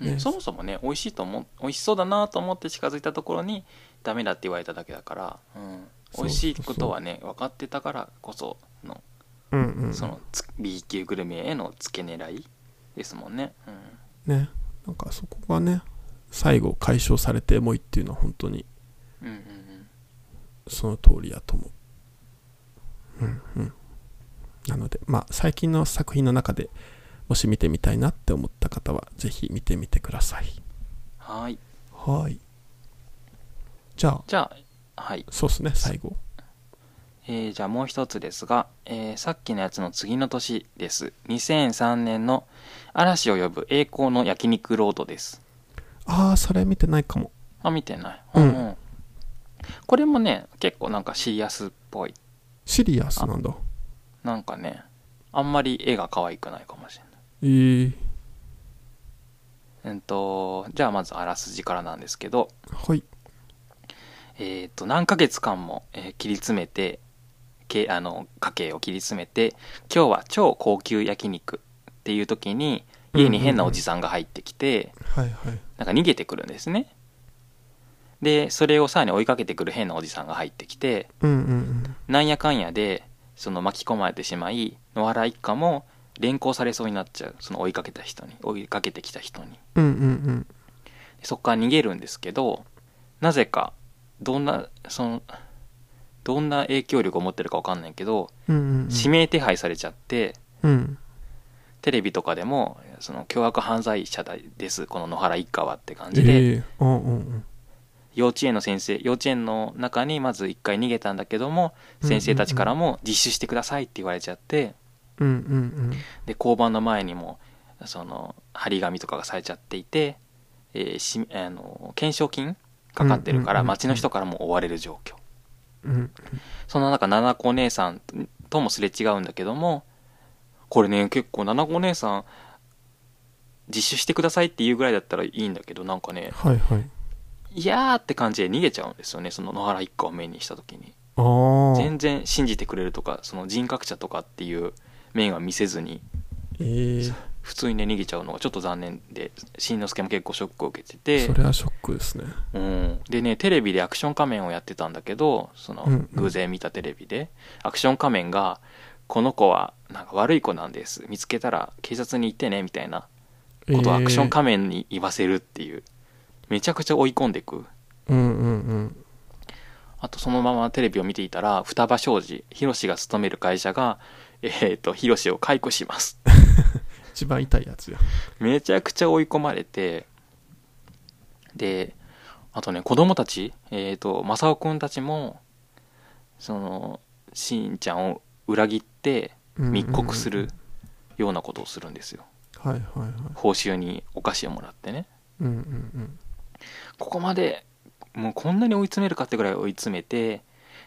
S1: うん
S2: ね
S1: そもそもね美味しいと思う美味しそうだなと思って近づいたところにダメだって言われただけだから、うん、
S2: そう
S1: 美味しいことはね分かってたからこその
S2: うんうん
S1: そのつ B 級グルメへの付け狙いですもんね、うん、
S2: ねなんかそこがね最後解消されてもいいっていうのは本当に
S1: うんうんうん
S2: その通りやと思ううんうんなのでまあ最近の作品の中でもし見てみたいなって思った方はぜひ見てみてください
S1: はい
S2: はいじゃあ
S1: じゃあはい
S2: そうっすね最後
S1: えーじゃあもう一つですが、えーさっきのやつの次の年です2003年の嵐を呼ぶ栄光の焼肉ロードです
S2: ああそれ見てないかも
S1: あ見てない、
S2: うん
S1: これもね結構なんかシリアスっぽい
S2: シリアスなんだ
S1: なんかねあんまり絵が可愛くないかもしれない
S2: えー、
S1: えっとじゃあまずあらすじからなんですけど
S2: はい
S1: えっと何ヶ月間も、えー切り詰めてけあの家計を切り詰めて今日は超高級焼肉っていう時に家に変なおじさんが入ってきて、
S2: はいはい
S1: なんか逃げてくるんですねでそれをさらに追いかけてくる変なおじさんが入ってきて
S2: うんうんうん
S1: なんやかんやでその巻き込まれてしまい野原一家も連行されそうになっちゃうその追いかけた人に追いかけてきた人に
S2: うんうん
S1: でそこから逃げるんですけどなぜかどんなそのどんな影響力を持ってるかわかんないけど
S2: うんうんうんうん
S1: 指名手配されちゃって
S2: うん
S1: テレビとかでもその凶悪犯罪者だですこの野原一家はって感じで
S2: ええうんうん
S1: 幼稚園の先生幼稚園の中にまず一回逃げたんだけども
S2: うんうんうん
S1: 先生たちからも実習してくださいって言われちゃって
S2: うんうんうん
S1: で交番の前にもその張り紙とかがされちゃっていて、えーしあの懸賞金かかってるか
S2: うんうんうんう
S1: ら
S2: ん
S1: 町の人からも追われる状況
S2: うん
S1: そんな中七子お姉さんともすれ違うんだけどもこれね結構七子お姉さん実習してくださいっていうぐらいだったらいいんだけどなんかね
S2: はいはい
S1: いやーって感じで逃げちゃうんですよねその野原一家を目にした時に。
S2: ああ
S1: 全然信じてくれるとかその人格者とかっていう面は見せずに
S2: ええ
S1: 普通にね逃げちゃうのがちょっと残念でしんのすけも結構ショックを受けて
S2: そ
S1: て、
S2: れはショックですね
S1: うん、でねテレビでアクション仮面をやってたんだけどその
S2: うんうん
S1: 偶然見たテレビでアクション仮面が「この子はなんか悪い子なんです見つけたら警察に行ってね」みたいなことをアクション仮面に言わせるっていうめちゃくちゃ追い込んでいく
S2: 面うんうんうん
S1: あとそのままテレビを見ていたら双葉商事ヒロシが勤める会社がえー、とヒロシを解雇します
S2: 一番痛いやつや
S1: めちゃくちゃ追い込まれてであとね子供たちえっ、と正雄くんたちもそのしんちゃんを裏切って密告するようなことをするんですよ
S2: はいはいはい
S1: 報酬にお菓子をもらってね
S2: うんうん
S1: ここまでもうこんなに追い詰めるかってぐらい追い詰めて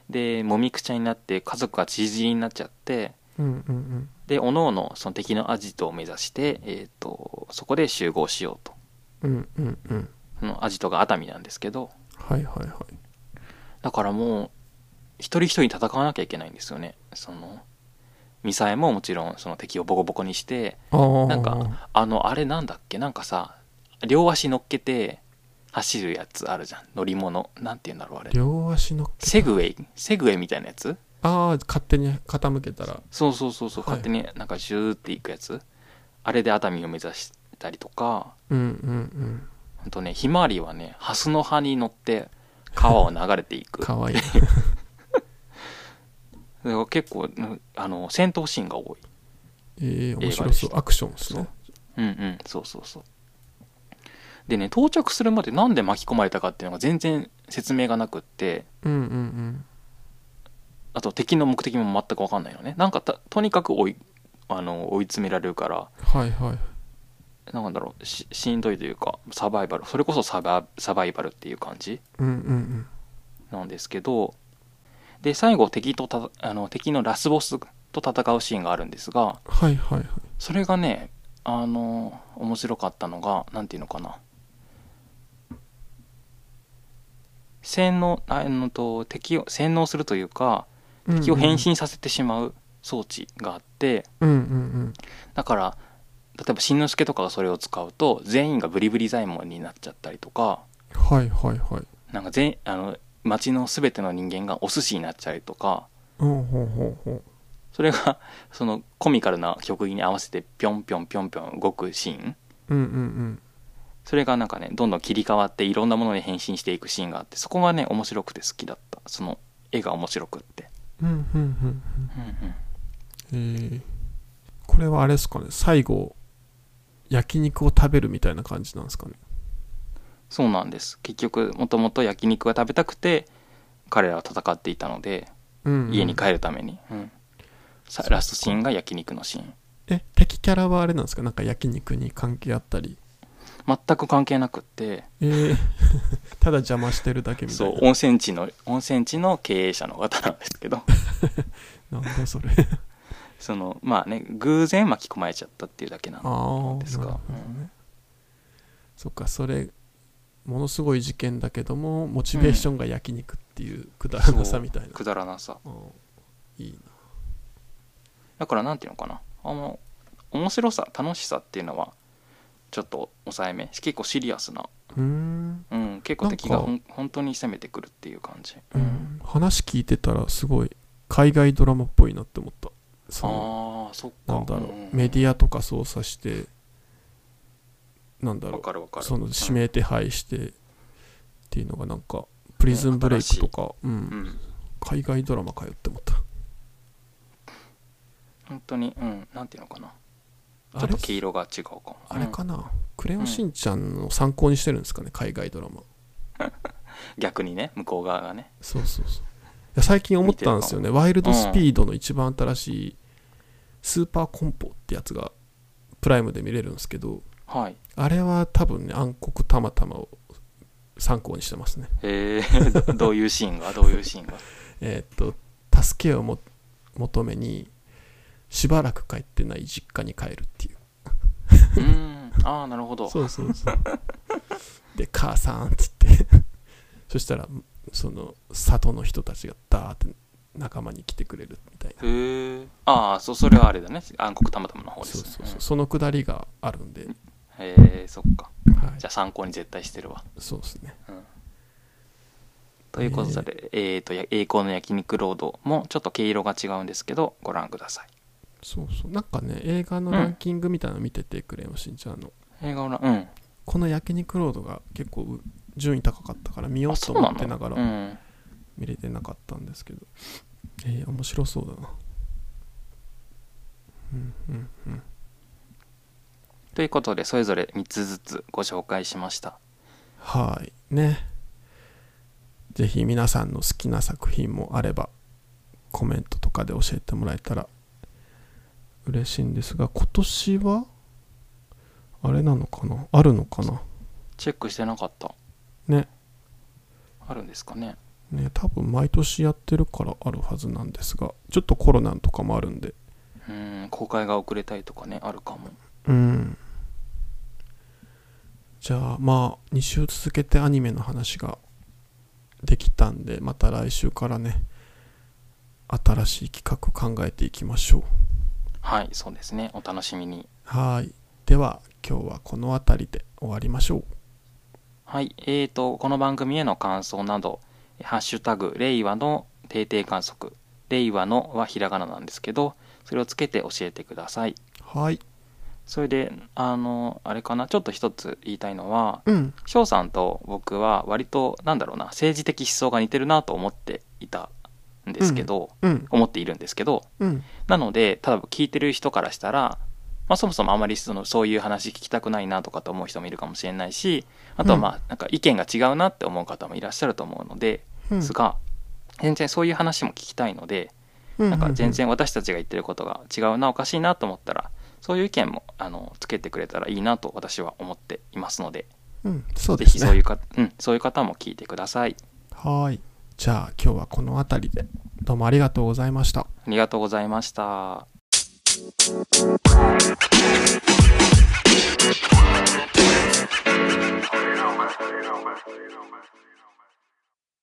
S1: でもみくちゃになって家族がちりぢりになっちゃって
S2: うんうんうんうん
S1: でおのおのその敵のアジトを目指して、えー、とそこで集合しようと
S2: うんうんうん
S1: そのアジトが熱海なんですけど
S2: はいはいはい
S1: だからもう一人一人戦わなきゃいけないんですよねそのミサエももちろんその敵をボコボコにして
S2: ああ
S1: なんかあのあれなんだっけなんかさ両足乗っけて走るやつあるじゃん乗り物なんて言うんだろうあれ
S2: 両足の
S1: セグウェイセグウェイみたいなやつ
S2: ああ勝手に傾けたら
S1: そうそうそうそう、
S2: はい
S1: 勝手になんかジューっていくやつあれで熱海を目指したりとか
S2: うんうん
S1: ほんとねひまわりはねハスの葉に乗って川を流れてい
S2: うん
S1: く
S2: かわいい
S1: だから結構うんあの戦闘シーンが多い
S2: ええ面
S1: 映画
S2: 白
S1: で
S2: そ
S1: し
S2: うアクションですね
S1: うんうんそうそうそうでね到着するまでなんで巻き込まれたかっていうのが全然説明がなくって
S2: うんうんうん
S1: あと敵の目的も全く分かんないのねなんかたとにかく追いあの追い詰められるから
S2: はいはい
S1: なんだろうししんどいというかサバイバルそれこそサバサバイバルっていう感じ
S2: うんうん
S1: なんですけどで最後敵とたあの敵のラスボスと戦うシーンがあるんですが
S2: はいはいはい
S1: それがねあの面白かったのがなんていうのかな洗脳あのと敵を洗脳するというか
S2: うんうん
S1: 敵を変身させてしまう装置があって、
S2: うんうん
S1: だから例えばしんのすけとかがそれを使うと全員がブリブリ左衛門になっちゃったりとか
S2: うんはいはいはい
S1: なんか全あの町の全ての人間がお寿司になっちゃうとか
S2: うんほうほうほう
S1: それがそのコミカルな曲に合わせてぴょんぴょんぴょんぴょん動くシーン
S2: うんうん
S1: それがなんかねどんどん切り替わっていろんなものに変身していくシーンがあってそこがね面白くて好きだったその絵が面白くって、
S2: うんうんうんうん
S1: うんうん、
S2: えーこれはあれですかね最後焼肉を食べるみたいな感じなんですかね
S1: そうなんです結局もともと焼肉が食べたくて彼らは戦っていたので
S2: うん、
S1: 家に帰るために、うんさラストシーンが焼肉のシーン
S2: え敵キャラはあれなんですかなんか焼肉に関係あったり
S1: 全く関係なくって
S2: えー ただ邪魔してるだけみた
S1: そ
S2: いうな
S1: 温泉地の温泉地の経営者の方なんですけど
S2: なん だそれ
S1: そのまあね偶然巻き込まれちゃったっていうだけなの
S2: ああ
S1: ですか
S2: なるほどねそっかそれものすごい事件だけどもモチベーションが焼肉っていうくだらなさみたいな、
S1: くだらなさ
S2: うんいいな
S1: だからなんていうのかなあの面白さ楽しさっていうのはちょっと抑えめ結構シリアスな、
S2: うーん
S1: うん、結構敵が
S2: なんか
S1: ほん本当に攻めてくるっていう感じ、
S2: うん話聞いてたらすごい海外ドラマっぽいなって思ったその
S1: ああそっか
S2: なんだろうメディアとか操作してなんだ
S1: ア
S2: ろ
S1: わ
S2: う
S1: かるわかる
S2: その指名手配してっていうのがなんかプリズンブレイクとか、う、
S1: うんん
S2: 海外ドラマかよって思った
S1: 本当にうんなんていうのかなちょ
S2: あ
S1: っと
S2: れ
S1: 毛色が違うかも
S2: あれか
S1: うん
S2: な、クレヨンしんちゃんの参考にしてるんですかね海外ドラマ
S1: 逆にね向こう側がね
S2: そうそうそういや最近思ったんですよねワイルドスピードの一番新しいスーパーコンポってやつがプライムで見れるんですけど
S1: はい
S2: あれは多分ね暗黒たまたまを参考にしてますね
S1: えー、 どういうシーンがどういうシーンが
S2: えーっと助けをも求めにしばらく帰ってない実家に帰るっていう
S1: うーんああなるほど
S2: そうそうそうで「母さん」っつってそしたらその里の人たちがダーって仲間に来てくれるみたいな
S1: へえああそそれはあれだね暗黒たまたまの方で
S2: そう
S1: すね
S2: そうそうそのくだりがあるんで、
S1: うんへえそっか
S2: は
S1: じゃあ参考に絶対してるわ
S2: い、そうですね
S1: ということで、えーとや栄光の焼肉ロードもちょっと毛色が違うんですけどご覧ください
S2: そうそうなんかね映画のランキングみたいなの見てて、クレヨンしんちゃんの
S1: 映画はうん
S2: この焼肉ロードが結構う順位高かったから見よう
S1: あ
S2: と
S1: そう
S2: 思
S1: な
S2: ってなが
S1: のう
S2: ら
S1: ん
S2: 見れてなかったんですけど、えー面白そうだなうんうんうん
S1: ということでそれぞれ3つずつご紹介しました
S2: はいねぜひ皆さんの好きな作品もあればコメントとかで教えてもらえたら嬉しいんですが今年はあれなのかなあるのかな
S1: チェックしてなかった
S2: ね
S1: あるんですかね
S2: ね多分毎年やってるからあるはずなんですがちょっとコロナとかもあるんで
S1: うん公開が遅れたりとかねあるかも
S2: うんじゃあまあ2週続けてアニメの話ができたんでまた来週からね新しい企画考えていきましょう
S1: はいそうですねお楽しみに
S2: はいでは今日はこの辺りで終わりましょう
S1: はいえーとこの番組への感想など「ハッシュタグ令和の定定観測」「令和の」はひらがななんですけどそれをつけて教えてください
S2: はい
S1: それであのあれかなちょっと一つ言いたいのは
S2: うん
S1: 翔さんと僕は割となんだろうな政治的思想が似てるなと思っていたんですけど、
S2: うん
S1: 思っているんですけど
S2: うん
S1: なので、多分聞いてる人からしたら、まあ、そもそもあまりそのそういう話聞きたくないなとかと思う人もいるかもしれないし、あとはまあ、なんか意見が違うなって思う方もいらっしゃると思うので、
S2: うん
S1: ですが、全然そういう話も聞きたいので、
S2: な
S1: なんか全然私たちが言ってることが違うな、おかしいなと思ったら、そういう意見もあのつけてくれたらいいなと私は思っていますので、
S2: うん、そう
S1: ぜ
S2: で
S1: ひ
S2: す
S1: そうい
S2: ね。
S1: うか、うん、そういう方も聞いてください。
S2: はーい。じゃあ今日はこの辺りで、どうもありがとうございました。
S1: ありがとうございました。
S3: You know, man. You know, man. You know, man.